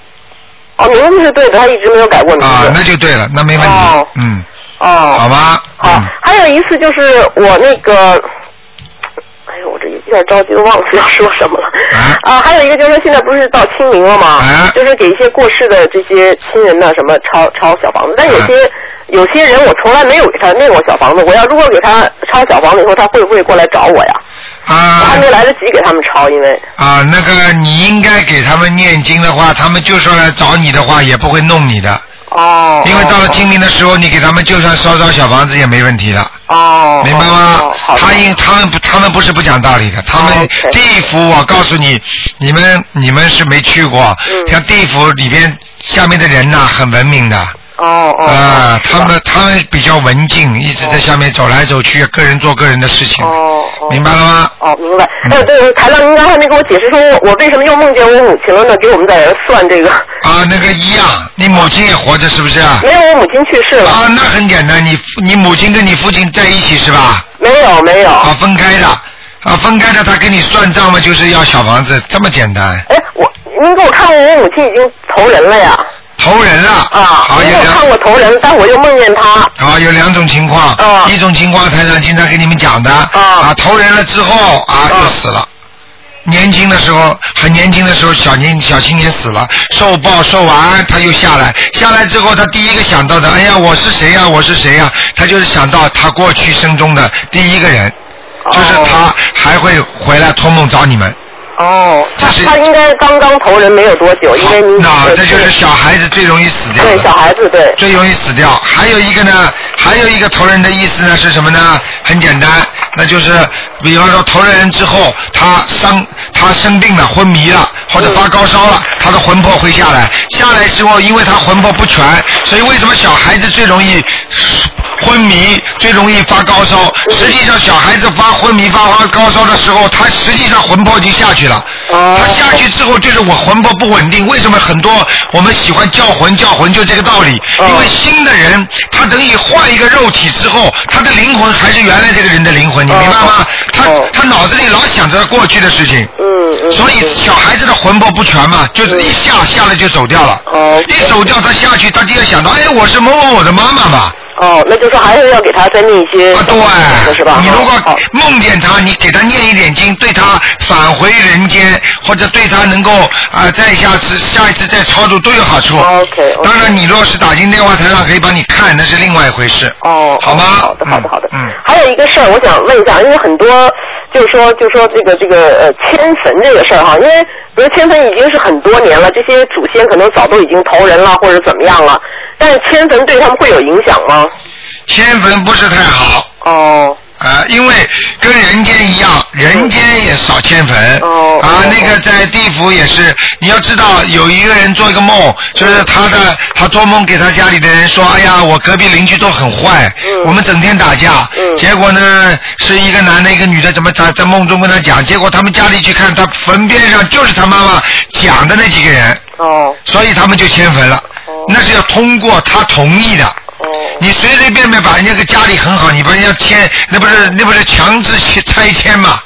哦，名字是对的，他一直没有改过名字。啊，那就对了，那没问题哦，嗯，哦，好吧，好嗯，还有一次就是我那个，哎呦，我这有点着急，都忘了要说什么了。啊啊，还有一个就是现在不是到清明了吗？啊就是给一些过世的这些亲人呢，什么抄抄小房子，啊但有些、有些人我从来没有给他念过小房子，我要如果给他抄小房子以后，他会不会过来找我呀？我还啊没来得及给他们抄，因为啊，那个你应该给他们念经的话，他们就算来找你的话，也不会弄你的，哦，因为到了清明的时候，你给他们就算烧烧小房子也没问题的。哦，明白吗哦、？好的哦他因他们不他们不是不讲道理的，他们 OK 地府我告诉你，你们你们是没去过，嗯像地府里边下面的人呐、很文明的啊、哦哦，哦他们他们比较文静，一直在下面走来走去，个人做个人的事情，嗯哦哦，明白了吗？哦，明白。嗯哎，对，台长，您刚才没给我解释说我我为什么又梦见我母亲了呢？给我们在这算这个， <laughs> 啊，那个一样，你母亲也活着是不是啊？没有，我母亲去世了，啊，那很简单，你你母亲跟你父亲在一起是吧？没有，没有。啊，分开的，啊，分开的，他跟你算账嘛，就是要小房子，这么简单。哎，我您给我看过我母亲已经投人了呀？投人了啊，好有您给我看两过投人，但我又梦见她。好有两种情况，啊一种情况台长经常给你们讲的，啊投人了之后啊就死了。年轻的时候，很年轻的时候，小年小青年死了，受报受完，他又下来，下来之后，他第一个想到的，哎呀，我是谁呀、我是谁呀、他就是想到他过去生中的第一个人，就是他还会回来托梦找你们。哦，这她是她应该刚刚投人没有多久，因为您那这就是小孩子最容易死掉的。对小孩子对。最容易死掉。还有一个呢，还有一个投人的意思呢是什么呢？很简单，那就是比方说投了人之后，他伤他生病了、昏迷了或者发高烧了，他的魂魄会下来。下来之后，因为他魂魄不全，所以为什么小孩子最容易昏迷，最容易发高烧？实际上，小孩子发昏迷、发发高烧的时候，他实际上魂魄已经下去了。哦他下去之后，就是我魂魄不稳定。为什么很多我们喜欢叫魂叫魂，就这个道理。哦因为新的人，他等于换一个肉体之后，他的灵魂还是原来这个人的灵魂，你明白吗哦？他哦他脑子里老想着过去的事情，嗯嗯。所以小孩子的魂魄不全嘛，就是一下下来就走掉了。哦一走掉，他下去，他就要想到，哎，我是某某某的妈妈嘛。哦，那就说还是要给她再念一些啊，对，是吧？你如果好梦见他，你给他念一点经，对他返回人间，或者对他能够啊、再下次下一次再超度都有好处。 OK，OK 当然，你若是打进电话台上可以帮你看，那是另外一回事。哦，好吗好的，好的，嗯好的。嗯还有一个事儿，我想问一下，因为很多就是说，就是说这个这个呃迁坟这个事儿哈，因为比如迁坟已经是很多年了，这些祖先可能早都已经投人了或者怎么样了，但是迁坟对他们会有影响吗？迁坟不是太好。哦，啊，因为跟人间一样，人间也少迁坟。嗯哦啊，哦那个在地府也是，你要知道，有一个人做一个嗯梦，就是他的，他做梦给他家里的人说，哎呀，我隔壁邻居都很坏，嗯我们整天打架。嗯结果呢，是一个男的，一个女的，怎么在在梦中跟他讲？结果他们家里去看，他坟边上就是他妈妈讲的那几个人，哦，所以他们就迁坟了。哦那是要通过他同意的。哦，你随随便便把人家个家里很好，你把人家迁，那不是那不是强制去拆迁嘛？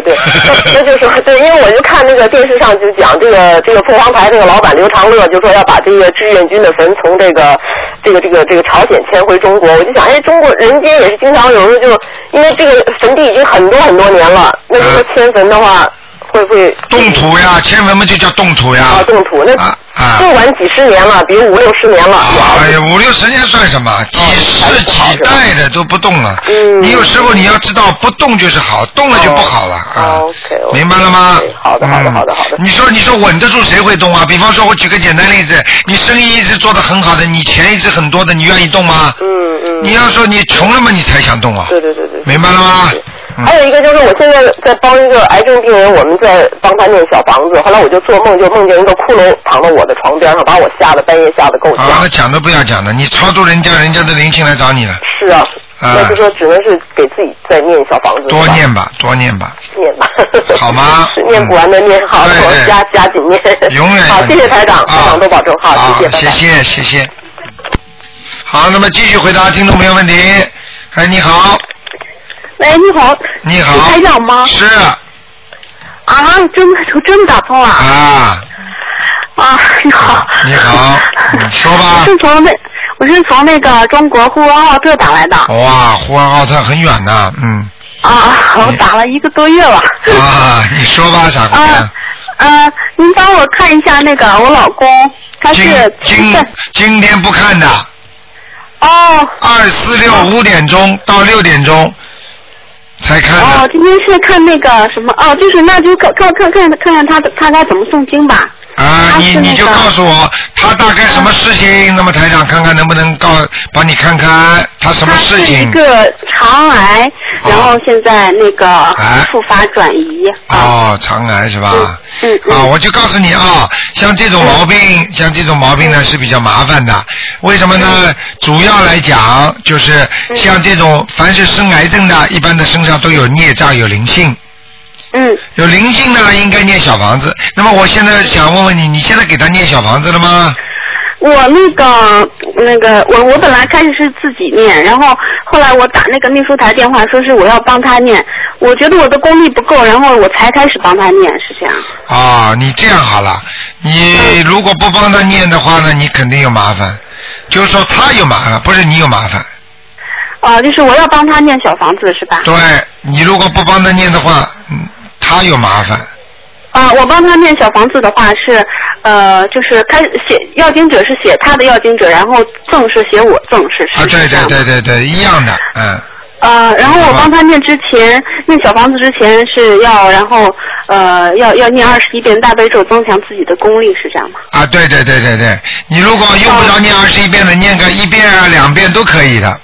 <laughs> 对，那那就是说，对，因为我就看那个电视上就讲这个这个凤凰台这个老板刘长乐就说要把这个志愿军的坟从这个这个这个这个朝鲜迁回中国，我就想，哎，中国人间也是经常有时候就因为这个坟地已经很多很多年了，那如果迁坟的话，会不会动啊土呀，迁坟嘛就叫动土呀。啊动土？那啊啊动完几十年了，比如五六十年了，哎呀，五六十年算什么？几世几代的都不动了。哦嗯你有时候你要知道，不动就是好，动了就不好了啊哦哦。，OK，OK，明白了吗对？好的好的嗯好的好的你说你说稳得住谁会动啊？比方说，我举个简单例子，你生意一直做得很好的，你钱一直很多的，你愿意动吗？嗯嗯，你要说你穷了嘛，你才想动啊。对对对对。明白了吗？嗯还有一个就是，我现在在帮一个癌症病人，我们在帮他念小房子。后来我就做梦，就梦见一个骷髅躺到我的床边上，把我吓得半夜吓得够呛。啊，那讲都不要讲了，你超度人家，人家的灵性来找你了是啊，啊那就说只能是给自己再念小房子，多是吧念吧，多念吧，念吧，好吗 <laughs> 是念不完的念，好，对对我加加紧念，永远好，谢谢台长，啊台长多保重，好，谢谢，拜谢拜。谢谢谢。好，那么继续回答听众朋友问题。哎，你好，喂，哎你好，你好，是台长吗？是啊，真的真打通了啊，啊！你好，你好，你说吧我。是从那，我是从那个中国呼和浩特打来的哇，呼和浩特很远呐、 <laughs> 嗯，啊，我打了一个多月了。啊，你说吧，傻姑娘啊。呃，您帮我看一下那个我老公，他今是今今天不看的，哦二四六五点钟到六点钟才看哦的。，今天是看那个什么哦，就是那就看看看看看看他看他怎么诵经吧。啊，他你是你那就个告诉我他大概什么事情，那么台长看看能不能告帮你看看他什么他事是一情个肠癌，然后现在那个哎复发转移。哦，肠癌是吧？嗯嗯啊，我就告诉你啊，像这种毛病，像这种毛病嗯呢是比较麻烦的。为什么呢？主要来讲就是嗯像这种凡是生癌症的，一般的身上都有孽障，有灵性。嗯，有灵性呢，应该念小房子。那么我现在想问问你，你现在给他念小房子了吗？我那个那个，我我本来开始是自己念，然后后来我打那个秘书台电话，说是我要帮他念，我觉得我的功力不够，然后我才开始帮他念，是这样。啊，你这样好了，你如果不帮他念的话呢，你肯定有麻烦。就是说他有麻烦，不是你有麻烦。啊、就是我要帮他念小房子是吧？对你如果不帮他念的话，嗯，他有麻烦。啊、我帮他念小房子的话是，呃，就是开写要经者是写他的要经者，然后赠是写我赠是是啊，对是这对样对对对，一样的，嗯，呃，然后我帮他念之前，念小房子之前是要，然后呃，要要念二十一遍大悲咒，增强自己的功力，是这样吗？啊，对对对对对，你如果用不着念二十一遍的，念个一遍啊两遍都可以的。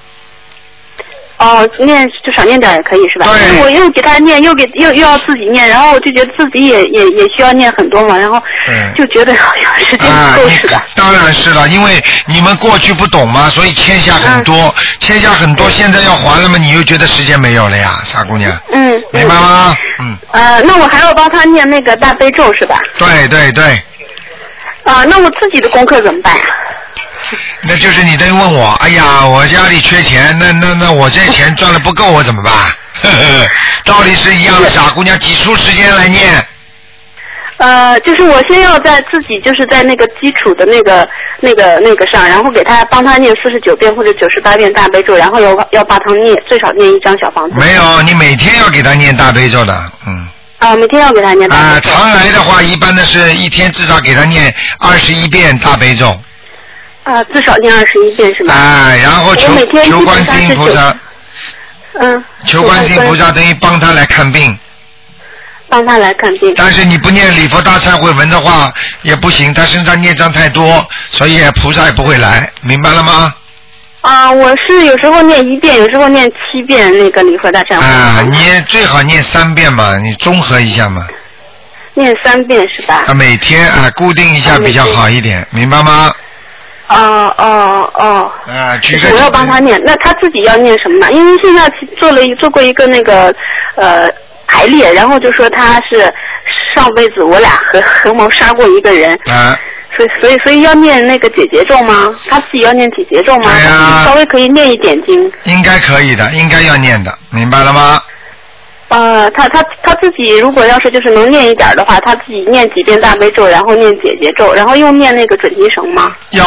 哦，念就少念点也可以是吧？对因为我又给他念，又给又又要自己念，然后我就觉得自己也也也需要念很多嘛，然后嗯就觉得好像时间啊，不够你似的。当然是了，因为你们过去不懂嘛，所以欠下很多，欠下很多，现在要还了嘛，你又觉得时间没有了呀，傻姑娘，嗯，明白吗？嗯，呃，那我还要帮他念那个大悲咒是吧？对对对，啊、那我自己的功课怎么办呀、那就是你在问 <laughs> 我，哎呀，我家里缺钱，那那那我这钱赚的不够，我怎么办？ <laughs> 呵呵道理是一样的，傻姑娘，挤出时间来念。呃，就是我先要在自己就是在那个基础的那个那个那个上，然后给他帮他念四十九遍或者九十八遍大悲咒，然后要要帮他念最少念一张小房子。没有，你每天要给他念大悲咒的，嗯。啊、每天要给他念啊、大悲咒。常来的话，一般的是一天至少给他念二十一遍大悲咒，啊、啊、至少念二十一遍是吧？然后求我每天求基本观上世音是菩九萨，嗯。求观世音菩萨等于帮他来看病，帮他来看病。但是你不念礼佛大忏悔文的话也不行，他身上孽障太多，所以菩萨也不会来，明白了吗？啊、我是有时候念一遍，有时候念七遍那个礼佛大忏啊、悔。你最好念三遍嘛，你综合一下嘛，念三遍是吧？啊，每天啊、固定一下比较好一点，明白吗？哦哦哦。啊、举个我要帮他念，那他自己要念什么呢？因为现在做了一做过一个那个呃排列，然后就说他是上辈子我俩合合谋杀过一个人，啊。所以所以所以要念那个解结咒吗？他自己要念解结咒吗？对呀稍微可以念一点经。应该可以的，应该要念的，明白了吗？呃，他他他自己如果要是就是能念一点的话，他自己念几遍大悲咒，然后念解结咒，然后又念那个准提绳吗？要。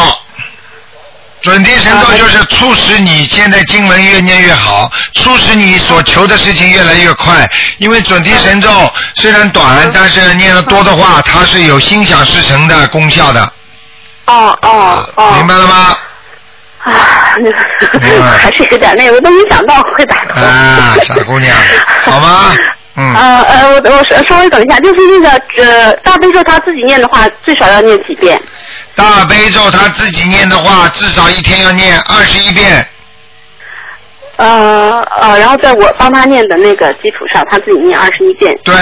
准提神啊咒就是促使你现在经文越念越好，促使你所求的事情越来越快。因为准提神咒虽然短，嗯但是念的多的话，它是有心想事成的功效的，哦哦哦。明白了吗？啊，那个明白 <laughs> 还是有点那个，我都没想到会打通。 <laughs> 啊傻姑娘好吗嗯呃呃，我我稍稍微等一下，就是那个呃，大悲咒他自己念的话，最少要念几遍？大悲咒他自己念的话，至少一天要念二十一遍。呃呃，然后在我帮他念的那个基础上，他自己念二十一遍。对，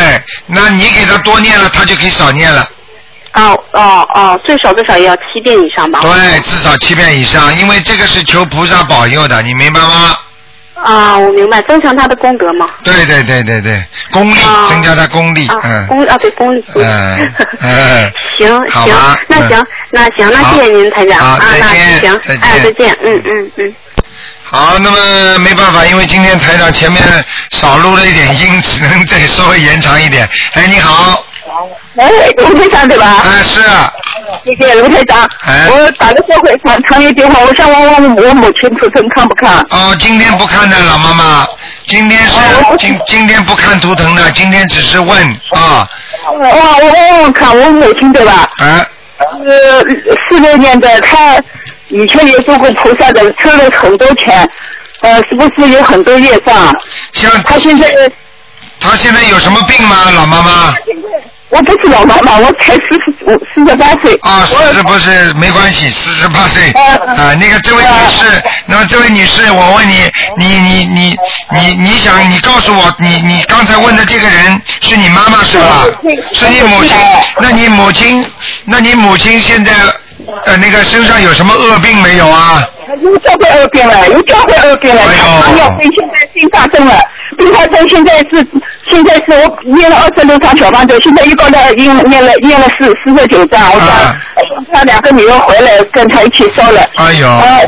那你给他多念了，他就可以少念了。啊哦哦，最少最少也要七遍以上吧？对，至少七遍以上，因为这个是求菩萨保佑的，你明白吗？啊，我明白，增强他的功德嘛。对对对对对，功力、哦啊增加他功力，啊，嗯功啊，对功力。 <laughs> 功力嗯嗯，行好行吧，那嗯行那行，那好谢谢您台长好啊，再那见行再，哎，见再见，嗯嗯嗯，好，那么没办法，因为今天台长前面少录了一点音，只能再稍微延长一点。哎，你好，哎，卢台长对吧？哎是，谢谢卢台长。哎我打了社会上长一电话，我想问问我母亲图腾看不看？哦，今天不看的老妈妈，今天是今今天不看图腾的，今天只是问啊，哇，我问问看，我母亲对吧？哎呃，四六年的，她以前也做过菩萨的，抽了很多钱，呃，是不是有很多业障？像她现在，她现在有什么病吗？老妈妈？我不是老妈妈，我才四十五、四十八岁。啊，四十不是没关系，四十八岁啊。那个这位女士，那么这位女士，我问你，你你你你你想，你告诉我，你你刚才问的这个人是你妈妈是吧？是你母亲？那你母亲，那你母亲现在呃那个身上有什么恶病没有啊？呃有这个二病了，有这个二病了，他糖尿病现在并发症了，并发症现在是现在是我念了二十六张小方子，现在一共的念念了念了四四十九张，我想哎他两个女儿回来跟他一起烧了。哎呦呃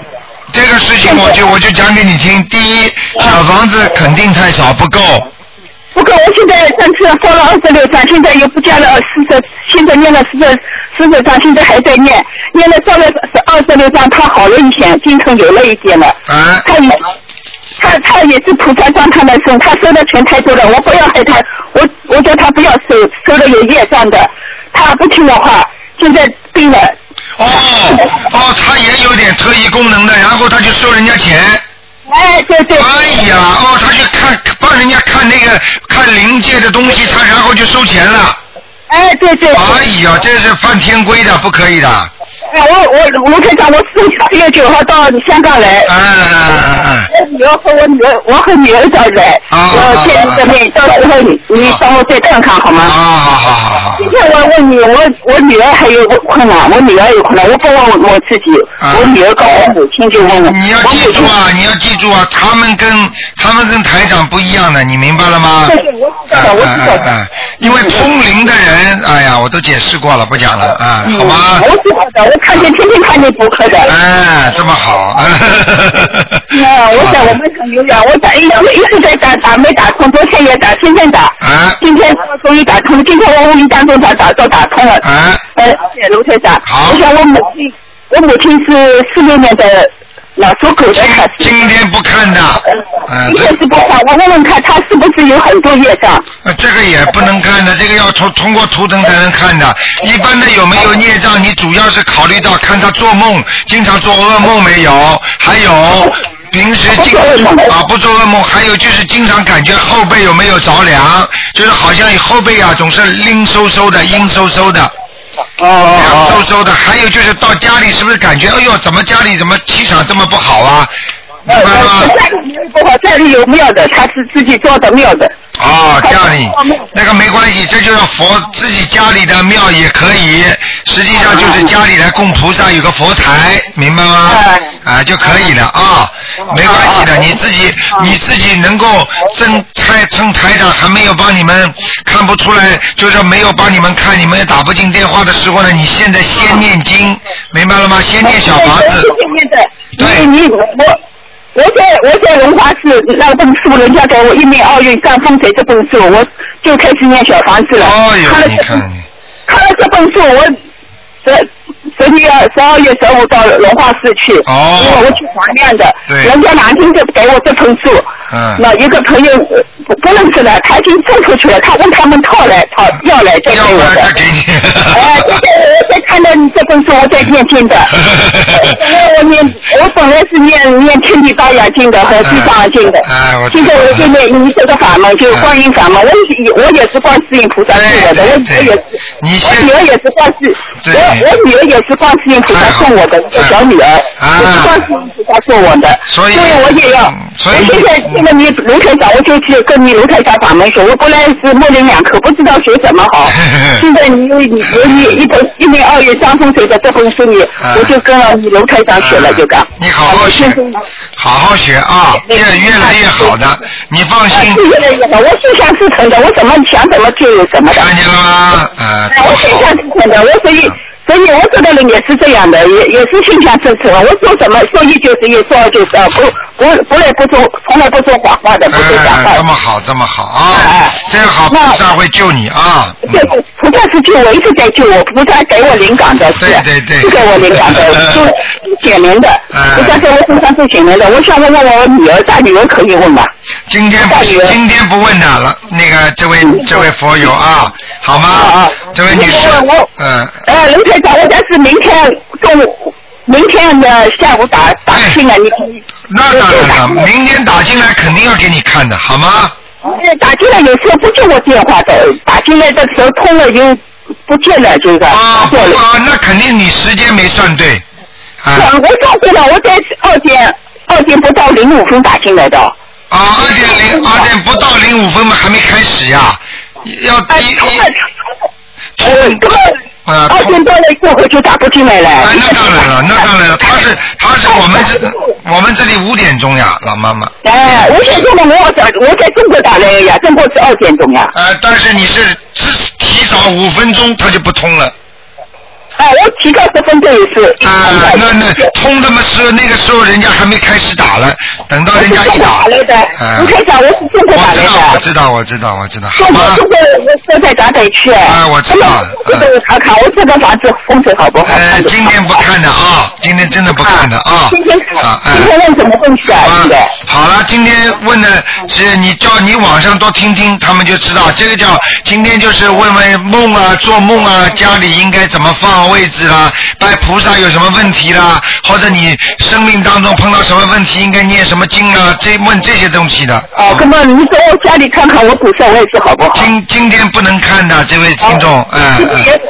这个事情我就我就讲给你听。第一，小房子肯定太少，不够。不过我现在上次烧了二十六张，现在又不加了四十，现在念了四十四十张，现在还在念，念了烧了二十六张，他好了一些，精神有了一点了。啊。他也他他也是菩萨帮他们送，他收的钱太多了，我不要害他，我我叫他不要收，收了有业障的，他不听我话，现在病了。哦哦，他也有点特异功能的，然后他就收人家钱。哎，对对。哎呀，哦，他去看帮人家看那个看灵界的东西，他然后就收钱了。哎，对对。哎呀，这是犯天规的，不可以的。哎，我我卢科长，我四月九号到香港来。啊啊啊！我女儿和我女儿，我和女儿找来，哦我见一个面，到时候你你帮我再看看好吗？啊，好好好好。今天我问你，我我女儿还有困难，我女儿有困难，我不问我自己，我女儿跟我母亲就问了。你要记住啊，你要记住啊，他们跟他们跟台长不一样的，你明白了吗？对对我知道的我知道的嗯嗯嗯嗯因为通灵的人，哎呀，我都解释过了，不讲了啊、好吗？嗯我知道的，我看见天天看见博客的。哎，这么 <laughs> 好。啊，我想我们很有缘，我打一直一直在打打没打通，昨天也打，天天打。啊。今天终于打通了，今天我无意当中才打都打通了。 <laughs> 啊。呃，谢谢卢台长。好。我想我母亲，我母亲是四六年的老属狗的，她今天不看的。 <laughs> 今天是不看，我问问看她是不是有很多业障？呃，这个也不能看的，这个要通通过图腾才能看的。一般的有没有孽障，你主要是考虑到看他做梦，经常做噩梦没有，还有平时经啊不做噩梦，还有就是经常感觉后背有没有着凉，就是好像后背啊总是拎收收的、阴收收的。凉飕飕的，还有就是到家里是不是感觉，哎呦，怎么家里怎么气场这么不好啊？明白吗？家里有不好，家里有庙的，她是自己造的庙的。哦，家里那个没关系，这就是佛自己家里的庙也可以，实际上就是家里来供菩萨有个佛台，明白吗？啊，就可以了啊，没关系的，你自己你自己能够正台趁台长还没有帮你们看不出来，就是没有帮你们看，你们也打不进电话的时候呢，你现在先念经，明白了吗？先念小房子。对，你我我在我在龙华寺那本书，人家给我一年奥运干风水这本书，我就开始念小房子了。哎呦看，了你这看。看了这本书，我十十月十二月十五到龙华寺去，哦因为我去黄亮的，对人家南京就给我这本书。嗯那一个朋友呃不不认识的，他已经送出去了，他问他们套来套要来再给我的。给 <laughs> 你。哎，这个我在看到你这本书，我在念经的。本来我念，我本来是念念天地大养经的和地藏经的。哎我知道现在我就念你这个法门，就是观音法门。我也我也是观世音菩萨送哎我的，我女儿也是，我女儿也是观世，我我女儿也是观世音菩萨送我的，一个小女儿，也是观世音菩萨送我的。所以我也要。所以我现在听了你卢台长，我就去跟你卢台长法门学。我本来是模棱两可，不知道学什么好。 <laughs> 现在你有你有啊你一本一年二月张风水的这本书，你我就跟了你卢台长学了，就这样。啊你好好好学，好好学啊，越越来越好的，你放心。越来越好，我心想事成的，我怎么想怎么就有什么的。看见了吗？呃，哎我心想事成的，我所以所以我做的人也是这样的，也也是心想事成。我说什么说一就是一，说二就是二，不不不来不说，从来不说谎话的，不说假话哎，这么好，这么好哎啊！这样好，菩萨会救你啊！对，菩萨是救我，一直在救我，菩萨给我灵感的，是对对对嗯是给我灵感的， <laughs> 就显明的。菩萨在我身上是显明的。我想问问我女儿，大女儿可以问吧？今天不今天不问他了，那个这位这位佛友啊，好吗？这位女士我我，嗯，呃，卢台长，我但是明天中午，明天的下午打打进来，你哎可以。那当然了， <laughs> 明天打进来肯定要给你看的，好吗？呃打进来有时候不接我电话的，打进来的时候通了就不见了，就是啊不啊，那肯定你时间没算对，啊我我上回了，我在二点二点不到零五分打进来的。啊，二点零二点不到零五分嘛，还没开始呀，要哎一一，通啊，哎二点多了过后就打不进来了。哎，那当然了，那当然了，他是他是我们这我们这里五点钟呀，老妈妈。哎，我想问问我在我在中国打来呀，中国是二点钟呀。呃，但是你是只提早五分钟，它就不通了。哎，我提到十分钟也是。啊、哎那那通他妈是那个时候人家还没开始打了，等到人家一打，我是中国打来的啊卢台长我是中国打来的我知道，我知道，我知道，我知道，好中国吗？中国我在打北去。哎啊我知道这个我看看，我这个房子风水好不好？呃，今天不看的啊，今天真的不看的啊。今天啊，哎今天问什么问题啊？对。好了，今天问的是你叫你网上多听听，他们就知道这个叫今天就是问问梦啊，做梦啊，家里应该怎么放位置啦，拜菩萨有什么问题啦，或者你生命当中碰到什么问题，应该念什么经啊，这问这些东西的。哦，哥们，你给我家里看看我股票位置好不好？今今天不能看的，这位听众，嗯今嗯天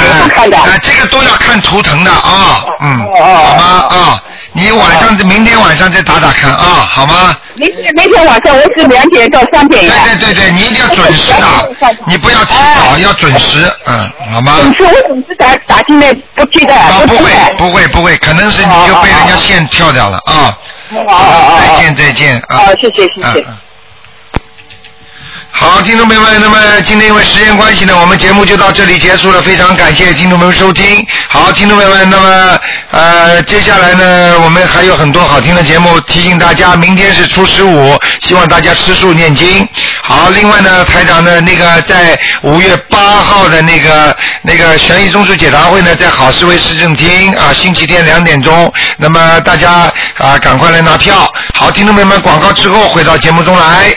嗯，啊，这个都要看图腾的啊，嗯，好吗？啊，你晚上明天晚上再打打看啊，好吗？明天明天晚上我是两点到三点呀。对对对，你一定要准时的，你不要提早，要准时，嗯，好吗？总是我总是打打进来不记得，啊，哦不记会得。不会不会，可能是你就被人家线跳掉了啊。哦再见再见啊。好，谢谢谢谢。好，听众朋友们，那么今天因为时间关系呢，我们节目就到这里结束了。非常感谢听众朋友们收听。好，听众朋友们，那么呃，接下来呢，我们还有很多好听的节目。提醒大家，明天是初十五，希望大家吃素念经。好，另外呢，台长呢，那个在五月八号的那个那个悬疑综述解答会呢，在好市委市政厅啊，星期天两点钟。那么大家啊，赶快来拿票。好，听众朋友们，广告之后回到节目中来。